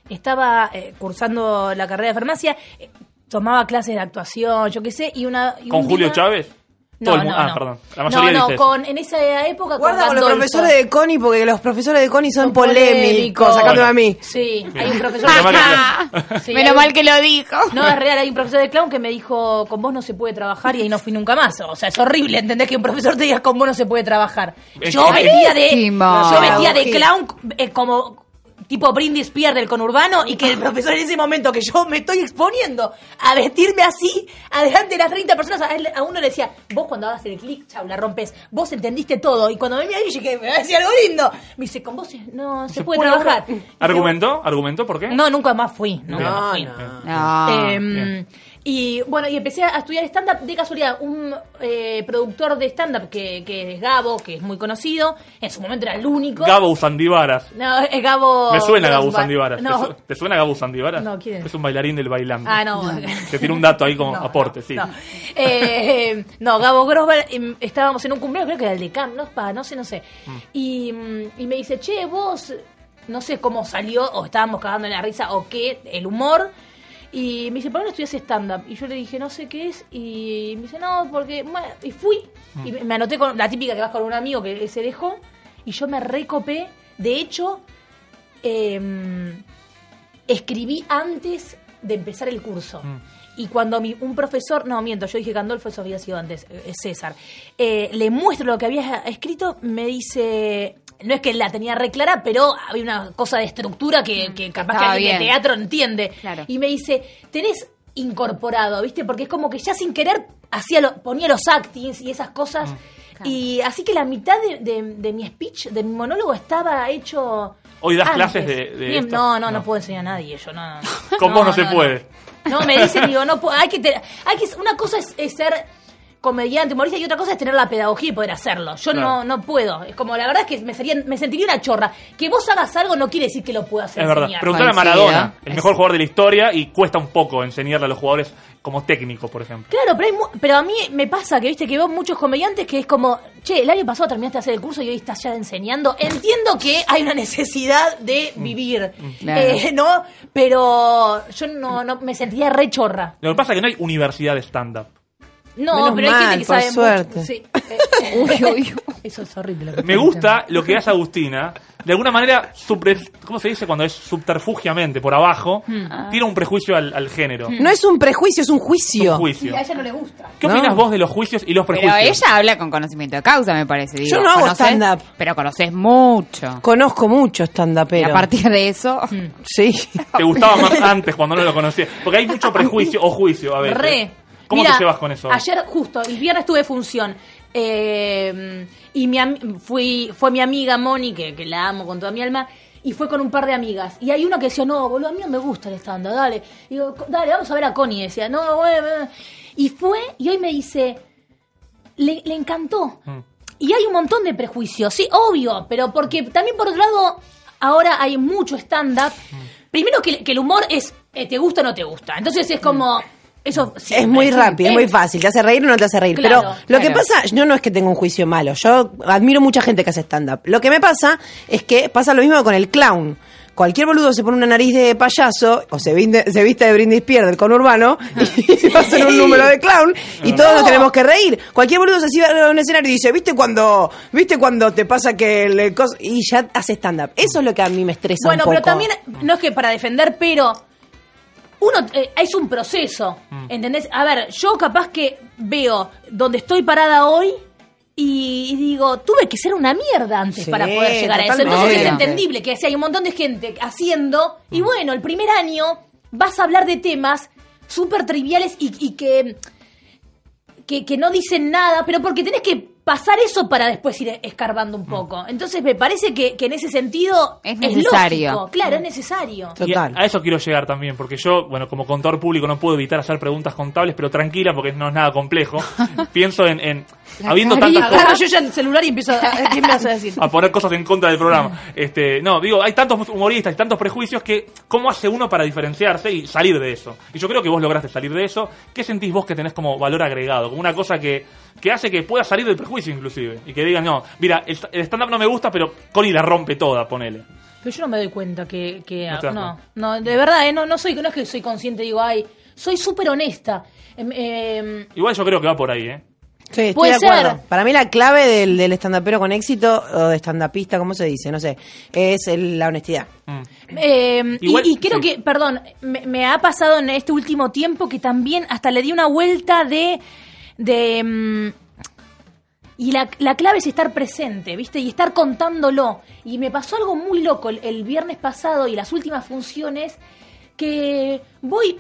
Speaker 1: estaba eh, cursando la carrera de farmacia, eh, tomaba clases de actuación, yo qué sé, y una... y
Speaker 2: ¿Con
Speaker 1: un
Speaker 2: Julio
Speaker 1: día-
Speaker 2: Chávez?
Speaker 1: No,
Speaker 2: Todo el mu-
Speaker 1: no,
Speaker 2: ah,
Speaker 1: no.
Speaker 2: perdón. La mayoría
Speaker 1: no, no,
Speaker 2: dice eso.
Speaker 1: con, en esa época
Speaker 3: Guarda con los
Speaker 1: Gandolfo.
Speaker 3: profesores de Connie, porque los profesores de Connie son
Speaker 1: Son
Speaker 3: polémicos,
Speaker 1: polémicos.
Speaker 3: sacándome a mí.
Speaker 1: Sí,
Speaker 2: Bien.
Speaker 1: hay un profesor...
Speaker 2: Menos mal
Speaker 4: (laughs)
Speaker 2: que-
Speaker 1: Sí, hay
Speaker 4: Menos
Speaker 1: un-
Speaker 4: mal que lo dijo.
Speaker 1: No, es real, hay un profesor de clown que me dijo, con vos no se puede trabajar y ahí no fui nunca más. O sea, es horrible, ¿entendés? Que un profesor te diga, con vos no se puede trabajar.
Speaker 2: Es
Speaker 1: Yo
Speaker 2: que-
Speaker 1: vestía de,
Speaker 4: Buenísimo.
Speaker 1: yo vestía de
Speaker 3: Sí.
Speaker 1: clown eh, como tipo Brindis Pierre del conurbano y que el profesor en ese momento que yo me estoy exponiendo a vestirme así, adelante de las 30 personas, a, él- a uno le decía, vos cuando hagas el clic, chau, la rompes, vos entendiste todo. Y cuando me vi ahí, yo dije, me va a decir algo lindo. Me dice, con vos no se, puede, trabajar.
Speaker 2: ¿Argumentó? ¿Argumentó por qué?
Speaker 1: No, nunca más fui. No,
Speaker 2: Bien.
Speaker 1: más fui.
Speaker 4: No.
Speaker 1: Em,
Speaker 2: Ah, bien.
Speaker 1: y bueno, y empecé a estudiar stand-up de casualidad. Un eh, productor de stand-up que, que es Gabo, que es muy conocido, en su momento era el único.
Speaker 2: Gabo Usandivaras.
Speaker 1: No, es Gabo.
Speaker 2: Me suena Gabo
Speaker 1: Ba-
Speaker 2: Usandivaras. ¿Te,
Speaker 1: No.
Speaker 2: su- te suena Gabo Usandivaras?
Speaker 1: No, ¿quién es?
Speaker 2: Es un bailarín del bailando.
Speaker 1: Ah, no.
Speaker 2: Que tiene un dato ahí
Speaker 1: (laughs)
Speaker 2: como
Speaker 1: No,
Speaker 2: aporte,
Speaker 1: no,
Speaker 2: sí.
Speaker 1: No. Eh, (laughs) eh, no, Gabo Grosval, em, estábamos en un cumpleaños, creo que era el de Cam, no, Pa, no sé, no sé. Y, mm, y me dice, che, vos, no sé cómo salió, o estábamos cagando en la risa, o qué, el humor. Y me dice, ¿por qué no estudias stand-up? Y yo le dije, no sé qué es. Y me dice, no, porque. bueno", y fui.
Speaker 2: Mm.
Speaker 1: Y me anoté con la típica que vas con un amigo que se dejó. Y yo me recopé. De hecho, em, escribí antes de empezar el curso. Y cuando mi- un profesor, no miento, yo dije Gandolfo, eso había sido antes, eh, es César, Eh, le muestro lo que había escrito, me dice, no es que la tenía re clara, pero había una cosa de estructura que, que capaz que
Speaker 4: Mm. Estaba
Speaker 1: alguien de
Speaker 4: bien.
Speaker 1: teatro entiende.
Speaker 4: Claro.
Speaker 1: Y me dice, tenés incorporado, ¿viste? Porque es como que ya sin querer hacía lo- ponía los actings y esas cosas.
Speaker 4: Mm.
Speaker 1: Y así que la mitad de, de- de mi speech, de mi monólogo, estaba hecho...
Speaker 2: Hoy das
Speaker 1: antes.
Speaker 2: clases de- de
Speaker 1: Ah, Bien,
Speaker 2: esto.
Speaker 1: no, no, no,
Speaker 2: No.
Speaker 1: puedo enseñar a nadie, yo
Speaker 2: (laughs)
Speaker 1: no.
Speaker 2: Con vos no se puede.
Speaker 1: No, me
Speaker 2: (laughs)
Speaker 1: dicen, digo, no puedo, hay que, te- hay que una cosa es, es ser comediante, humorista y otra cosa es tener la pedagogía y poder hacerlo. Yo no
Speaker 2: Claro.
Speaker 1: no puedo. Es como la verdad es que me sería, me sentiría una chorra. Que vos hagas algo no quiere decir que lo puedas
Speaker 2: Es
Speaker 1: enseñar.
Speaker 2: verdad. Preguntale a Maradona,
Speaker 4: Coincido.
Speaker 2: el mejor jugador de la historia, y cuesta un poco enseñarle a los jugadores como técnico, por ejemplo.
Speaker 1: Claro, pero, hay mu- pero a mí me pasa que viste que veo muchos comediantes que es como, che, el año pasado terminaste de hacer el curso y hoy estás ya enseñando. Entiendo que hay una necesidad de vivir,
Speaker 4: Claro.
Speaker 1: eh, ¿no? Pero yo no, no me sentiría re chorra.
Speaker 2: Lo que pasa es que no hay universidad de stand-up.
Speaker 1: No,
Speaker 3: Menos
Speaker 1: pero hay gente
Speaker 3: mal,
Speaker 1: que
Speaker 3: por
Speaker 1: sabe
Speaker 3: suerte.
Speaker 1: mucho. Sí.
Speaker 4: Uy, uy,
Speaker 1: Eso es horrible. lo que
Speaker 2: Me
Speaker 1: estoy
Speaker 2: gusta lo que hace Agustina. De alguna manera, supre- ¿cómo se dice cuando es subterfugiamente, por abajo? Tiene un prejuicio al, al género.
Speaker 3: No es un prejuicio, es un
Speaker 2: Es
Speaker 3: juicio.
Speaker 2: un
Speaker 1: diciendo.
Speaker 2: juicio.
Speaker 1: Y a ella no le gusta.
Speaker 2: ¿Qué
Speaker 3: No.
Speaker 2: opinas vos de los juicios y los
Speaker 4: Pero
Speaker 2: prejuicios?
Speaker 4: ella habla con conocimiento de causa, me parece. digo.
Speaker 3: Yo no hago
Speaker 4: Conocés,
Speaker 3: stand-up.
Speaker 4: Pero conoces mucho.
Speaker 3: Conozco mucho
Speaker 4: Y a
Speaker 3: stand-upero.
Speaker 4: partir de eso,
Speaker 3: Sí.
Speaker 1: (laughs)
Speaker 2: ¿Te gustaba más antes cuando no lo conocías? Porque hay mucho prejuicio o juicio a veces.
Speaker 1: Re.
Speaker 2: ¿Cómo
Speaker 1: Mira,
Speaker 2: te llevas con eso?
Speaker 1: Ayer, justo, el viernes tuve función. Eh, y mi am- fui, fue mi amiga Moni, que, que la amo con toda mi alma, y fue con un par de amigas. Y hay una que decía, no, boludo, a mí no me gusta el estándar, dale. Y digo, "Co- dale, vamos a ver a Connie. Decía, no, bueno. bueno". Y fue, y hoy me dice, le, le encantó.
Speaker 2: Mm.
Speaker 1: Y hay un montón de prejuicios, sí, obvio, pero porque también por otro lado, ahora hay mucho stand-up. Primero que, que el humor es eh, te gusta o no te gusta. Entonces es como. Eso
Speaker 3: Es
Speaker 1: siempre,
Speaker 3: muy
Speaker 1: sí.
Speaker 3: rápido, es
Speaker 1: Eh,
Speaker 3: muy fácil. Te hace reír o no te hace reír.
Speaker 1: Claro,
Speaker 3: Pero lo que
Speaker 4: claro.
Speaker 3: pasa, yo no es que tenga un juicio malo. Yo admiro mucha gente que hace stand-up. Lo que me pasa es que pasa lo mismo con el clown. Cualquier boludo se pone una nariz de payaso o se viste, se viste de brindis pierda el conurbano y (laughs) va a hacer un número de clown y todos nos tenemos que reír. Cualquier boludo se sube a un escenario y dice, ¿viste cuando, viste cuando te pasa que el cos-?" y ya hace stand-up? Eso es lo que a mí me estresa
Speaker 1: Bueno,
Speaker 3: un
Speaker 1: pero
Speaker 3: poco.
Speaker 1: también, no es que para defender, pero uno eh, es un
Speaker 3: Mm.
Speaker 1: proceso, ¿entendés? A ver, yo capaz que veo donde estoy parada hoy Y digo, tuve que ser una mierda antes
Speaker 3: Sí,
Speaker 1: para poder llegar a eso.
Speaker 3: totalmente.
Speaker 1: Entonces es
Speaker 4: Obviamente.
Speaker 1: entendible que si hay un montón de gente haciendo,
Speaker 3: Mm.
Speaker 1: y bueno, el primer año vas a hablar de temas súper triviales y, y que, que, que no dicen nada, pero porque tenés que pasar eso para después ir escarbando un poco. Entonces me parece que, que en ese sentido
Speaker 4: Mm. Es necesario. Mm.
Speaker 1: lógico. Claro, es necesario.
Speaker 2: Y
Speaker 3: Total.
Speaker 2: a eso quiero llegar también, porque yo, bueno, como contador público no puedo evitar hacer preguntas contables, pero tranquila, porque no es nada complejo. Pienso en, en habiendo tantas cosas.
Speaker 1: Agarro yo ya el celular y empiezo a...
Speaker 4: (laughs)
Speaker 1: ¿Qué me vas a decir?
Speaker 2: a poner cosas en contra del programa. Este, no, digo, hay tantos humoristas y tantos prejuicios que ¿cómo hace uno para diferenciarse y salir de eso? Y yo creo que vos lograste salir de eso. ¿Qué sentís vos que tenés como valor agregado? Como una cosa que, que hace que puedas salir del prejuicio inclusive. Y que digan, no, mira, el, el stand-up no me gusta, pero Connie la rompe toda, ponele.
Speaker 1: Pero yo no me doy cuenta que... que
Speaker 2: No
Speaker 1: ah,
Speaker 2: te das
Speaker 1: no,
Speaker 2: cuenta.
Speaker 1: no, de verdad, eh, no, no, soy, no es que soy consciente, digo, ay, soy súper honesta. Em, em,
Speaker 2: Igual yo creo que va por ahí, ¿eh?
Speaker 3: Sí, estoy
Speaker 1: Puede
Speaker 3: de acuerdo.
Speaker 1: ser.
Speaker 3: Para mí la clave del, del estandapero con éxito, o de estandapista, ¿cómo se dice? No sé. Es el- la honestidad.
Speaker 2: Mm.
Speaker 1: Eh, y-
Speaker 2: Igual-
Speaker 1: y, creo
Speaker 2: sí.
Speaker 1: que, perdón, me, me ha pasado en este último tiempo que también hasta le di una vuelta de... de mm, y la, la clave es estar presente, ¿viste? Y estar contándolo. Y me pasó algo muy loco el, el viernes pasado y las últimas funciones que voy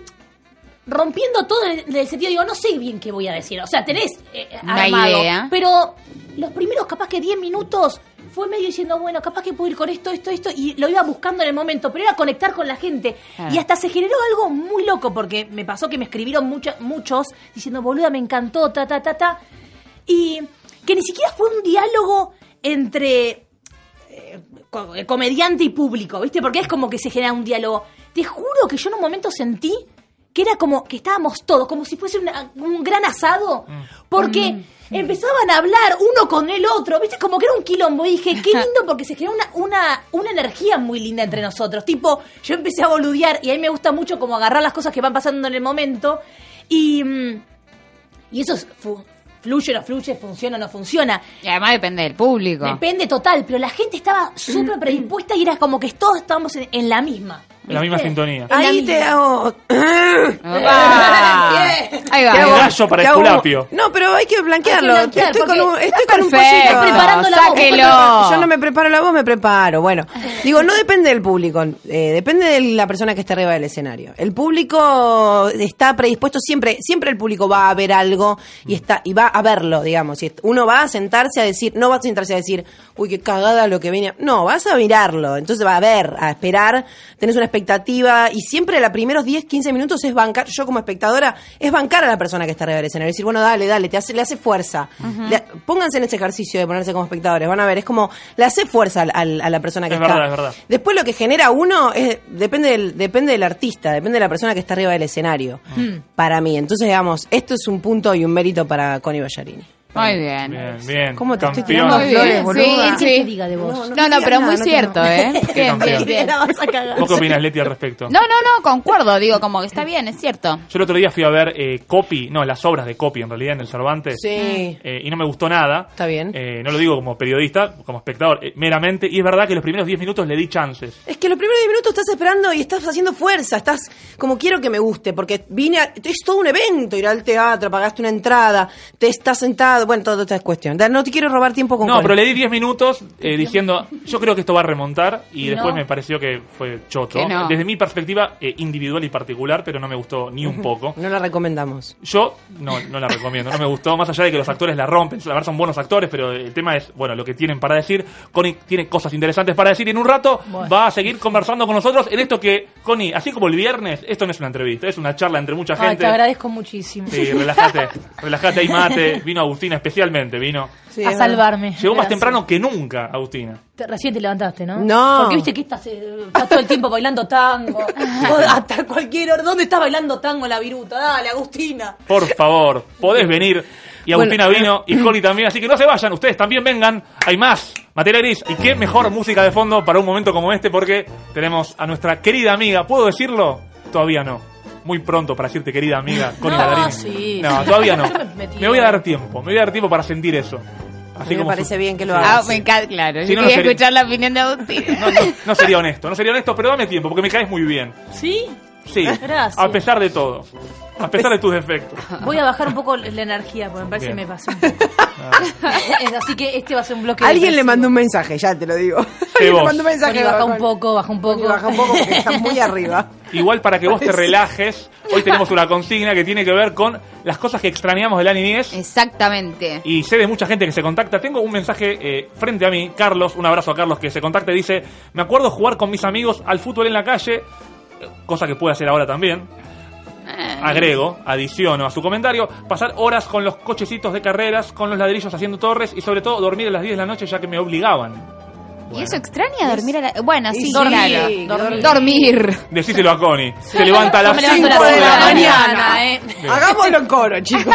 Speaker 1: rompiendo todo en el sentido, digo, no sé bien qué voy a decir. O sea, tenés eh,
Speaker 4: Una
Speaker 1: armado,
Speaker 4: idea.
Speaker 1: pero los primeros capaz que 10 minutos fue medio diciendo, bueno, capaz que puedo ir con esto, esto, esto, y lo iba buscando en el momento, pero era conectar con la gente.
Speaker 4: Claro.
Speaker 1: Y hasta se generó algo muy loco, porque me pasó que me escribieron mucha- muchos diciendo, boluda, me encantó, ta, ta, ta, ta. Y que ni siquiera fue un diálogo entre co- eh, comediante y público, ¿viste? Porque es como que se genera un diálogo. Te juro que yo en un momento sentí que era como que estábamos todos, como si fuese una- un gran asado, porque empezaban a hablar uno con el otro, ¿viste? Como que era un quilombo. Y dije, qué lindo, porque se generó una, una, una energía muy linda entre nosotros. Tipo, yo empecé a boludear y a mí me gusta mucho como agarrar las cosas que van pasando en el momento. Y, mm, y eso es fu- fluye o no fluye, funciona o no funciona.
Speaker 4: Y además depende del público.
Speaker 1: Depende total, pero la gente estaba súper predispuesta y era como que todos estábamos en, en la misma.
Speaker 2: En la misma
Speaker 1: ¿viste?
Speaker 2: sintonía.
Speaker 1: la
Speaker 3: Ahí
Speaker 1: misma.
Speaker 3: te hago... (laughs)
Speaker 4: Ah.
Speaker 1: Bien.
Speaker 4: Ahí va.
Speaker 3: te
Speaker 4: ahí
Speaker 3: hago-
Speaker 4: va.
Speaker 2: gallo para
Speaker 3: te
Speaker 2: el
Speaker 3: hago-
Speaker 2: culapio.
Speaker 3: No, pero hay que blanquearlo.
Speaker 1: Hay que blanquear,
Speaker 3: estoy con
Speaker 1: porque
Speaker 3: un, estoy con un
Speaker 4: Perfecto.
Speaker 3: pollito.
Speaker 1: preparando la voz,
Speaker 4: Sáquelo.
Speaker 1: preparando-
Speaker 3: Yo no me preparo la voz, me
Speaker 1: (laughs)
Speaker 3: preparo. Bueno, digo, no depende del público, eh, depende de la persona que está arriba del escenario. El público está predispuesto siempre, siempre el público va a ver algo
Speaker 2: Mm.
Speaker 3: y está y va a verlo, digamos. Y est- uno va a sentarse a decir, no va a sentarse a decir, uy, qué cagada lo que viene. No, vas a mirarlo, entonces va a ver, a esperar, tenés una expectativa y siempre los primeros 10, 15 minutos es bancar, yo como espectadora, es bancar a la persona que está arriba del escenario, decir, bueno, dale, dale, te hace, le hace fuerza. Le- pónganse en ese ejercicio de ponerse como espectadores, van a ver, es como, le hace fuerza al- al- a la persona que
Speaker 2: Es
Speaker 3: está.
Speaker 2: verdad, es verdad.
Speaker 3: Después lo que genera uno es, depende, del, depende del artista, depende de la persona que está arriba del escenario, para mí. Entonces, digamos, esto es un punto y un mérito para Connie Ballarini.
Speaker 4: Muy bien.
Speaker 2: Bien, bien.
Speaker 3: ¿Cómo te estoy
Speaker 2: Campeona.
Speaker 3: tirando flores,
Speaker 4: Muy bien,
Speaker 3: boluda?
Speaker 4: sí,
Speaker 1: ¿Qué
Speaker 4: sí.
Speaker 1: te diga de vos?
Speaker 4: No, no,
Speaker 3: digas
Speaker 4: pero
Speaker 3: nada,
Speaker 4: muy
Speaker 3: no te-
Speaker 4: cierto, ¿eh?
Speaker 2: Qué
Speaker 4: Bien,
Speaker 2: campeón.
Speaker 4: bien, bien.
Speaker 1: La vas a cagar.
Speaker 2: ¿Vos qué opinás, Leti, al respecto?
Speaker 4: No, no, no, concuerdo, digo, como que está bien, es cierto.
Speaker 2: Yo el otro día fui a ver eh, Copy, no, las obras de Copy en realidad en el Cervantes.
Speaker 3: Sí.
Speaker 2: Eh, y no me gustó nada.
Speaker 3: Está bien.
Speaker 2: Eh, no lo digo como periodista, como espectador, eh, meramente. Y es verdad que los primeros 10 minutos le di chances.
Speaker 3: Es que los primeros 10 minutos estás esperando y estás haciendo fuerza, estás como quiero que me guste, porque vine a, es todo un evento, ir al teatro, pagaste una entrada, te estás sentado, bueno, todo esta es cuestión. Da- No te quiero robar tiempo con
Speaker 2: No,
Speaker 3: Connie.
Speaker 2: pero le di 10 minutos eh, diciendo, yo creo que esto va a remontar. Y
Speaker 1: No.
Speaker 2: después me pareció que fue choto.
Speaker 4: Que no.
Speaker 2: Desde mi perspectiva eh, individual y particular, pero no me gustó ni un poco.
Speaker 3: No la recomendamos.
Speaker 2: Yo no, no la recomiendo, no me gustó, más allá de que los actores la rompen, la verdad son buenos actores, pero el tema es, bueno, lo que tienen para decir. Connie tiene cosas interesantes para decir y en un rato va a seguir conversando con nosotros en esto que, Connie, así como el viernes, esto no es una entrevista, es una charla entre mucha
Speaker 1: Ay, te
Speaker 2: gente.
Speaker 1: agradezco muchísimo.
Speaker 2: sí, relájate, relájate y mate. Vino Agustina especialmente, vino.
Speaker 1: (laughs)
Speaker 3: Sí,
Speaker 1: a
Speaker 3: es verdad.
Speaker 1: salvarme.
Speaker 2: Llegó
Speaker 1: Gracias.
Speaker 2: más temprano que nunca, Agustina.
Speaker 1: Te- recién te levantaste, ¿no?
Speaker 3: No.
Speaker 1: Porque viste que estás, eh, estás todo el tiempo bailando tango. Vos Hasta cualquier hora. ¿Dónde está bailando tango la viruta? Dale, Agustina.
Speaker 2: Por favor, podés venir. Y Agustina
Speaker 1: eh,
Speaker 3: Bueno.
Speaker 2: vino, y Connie también, así que no se vayan, ustedes también vengan, hay más materia gris. Y qué mejor música de fondo para un momento como este, porque tenemos a nuestra querida amiga, ¿puedo decirlo? Todavía no. Muy pronto para decirte
Speaker 1: (laughs)
Speaker 2: querida amiga, Connie
Speaker 1: No,
Speaker 2: Ladarini.
Speaker 1: sí.
Speaker 2: No, todavía no.
Speaker 1: (laughs) Yo me metí.
Speaker 2: Me voy a dar tiempo, me voy a dar tiempo para sentir eso. Así
Speaker 3: A mí me
Speaker 2: como
Speaker 3: parece bien que lo
Speaker 2: Sí.
Speaker 3: hagas.
Speaker 4: Ah, me encanta, claro.
Speaker 2: Si
Speaker 4: Yo
Speaker 2: no, no
Speaker 4: quería
Speaker 2: sería-
Speaker 4: escuchar la opinión de Agustín.
Speaker 2: No, no, no sería honesto, no sería honesto, pero dame tiempo, porque me caes muy bien.
Speaker 1: ¿Sí?
Speaker 2: Sí,
Speaker 1: Gracias.
Speaker 2: a pesar de todo. A pesar de tus defectos.
Speaker 1: Voy a bajar un poco la energía, porque me parece
Speaker 2: Bien.
Speaker 1: que me pasé un poco.
Speaker 2: (laughs)
Speaker 1: (laughs) Es- Así que este va a ser un bloque.
Speaker 3: Alguien le
Speaker 1: depresivo.
Speaker 3: mandó un mensaje, ya te lo digo. (laughs) Alguien
Speaker 2: vos.
Speaker 3: le mandó un mensaje.
Speaker 1: Connie, baja un
Speaker 3: Connie.
Speaker 1: poco, baja un poco.
Speaker 3: Connie, baja un poco porque
Speaker 1: (laughs)
Speaker 3: está muy (laughs) arriba.
Speaker 2: Igual para que vos te relajes, hoy tenemos una consigna que tiene que ver con las cosas que extrañamos de la niñez.
Speaker 4: Exactamente.
Speaker 2: Y sé de mucha gente que se contacta. Tengo un mensaje eh, frente a mí, Carlos, un abrazo a Carlos que se contacta y dice, me acuerdo jugar con mis amigos al fútbol en la calle, cosa que puede hacer ahora también.
Speaker 1: Eh.
Speaker 2: Agrego, adiciono a su comentario, pasar horas con los cochecitos de carreras, con los ladrillos haciendo torres y sobre todo dormir a las 10 de la noche ya que me obligaban.
Speaker 4: ¿Y eso extraña dormir a la.? Bueno, sí,
Speaker 1: dormir,
Speaker 4: claro.
Speaker 1: dormir.
Speaker 4: Dormir.
Speaker 2: Decíselo a Connie. Se levanta a
Speaker 1: Yo
Speaker 2: las
Speaker 1: me levanto
Speaker 2: 5
Speaker 1: a
Speaker 3: cinco
Speaker 1: las
Speaker 2: de
Speaker 1: seis
Speaker 2: la mañana.
Speaker 1: ¿eh?
Speaker 3: Hagámoslo en (laughs) coro, chicos.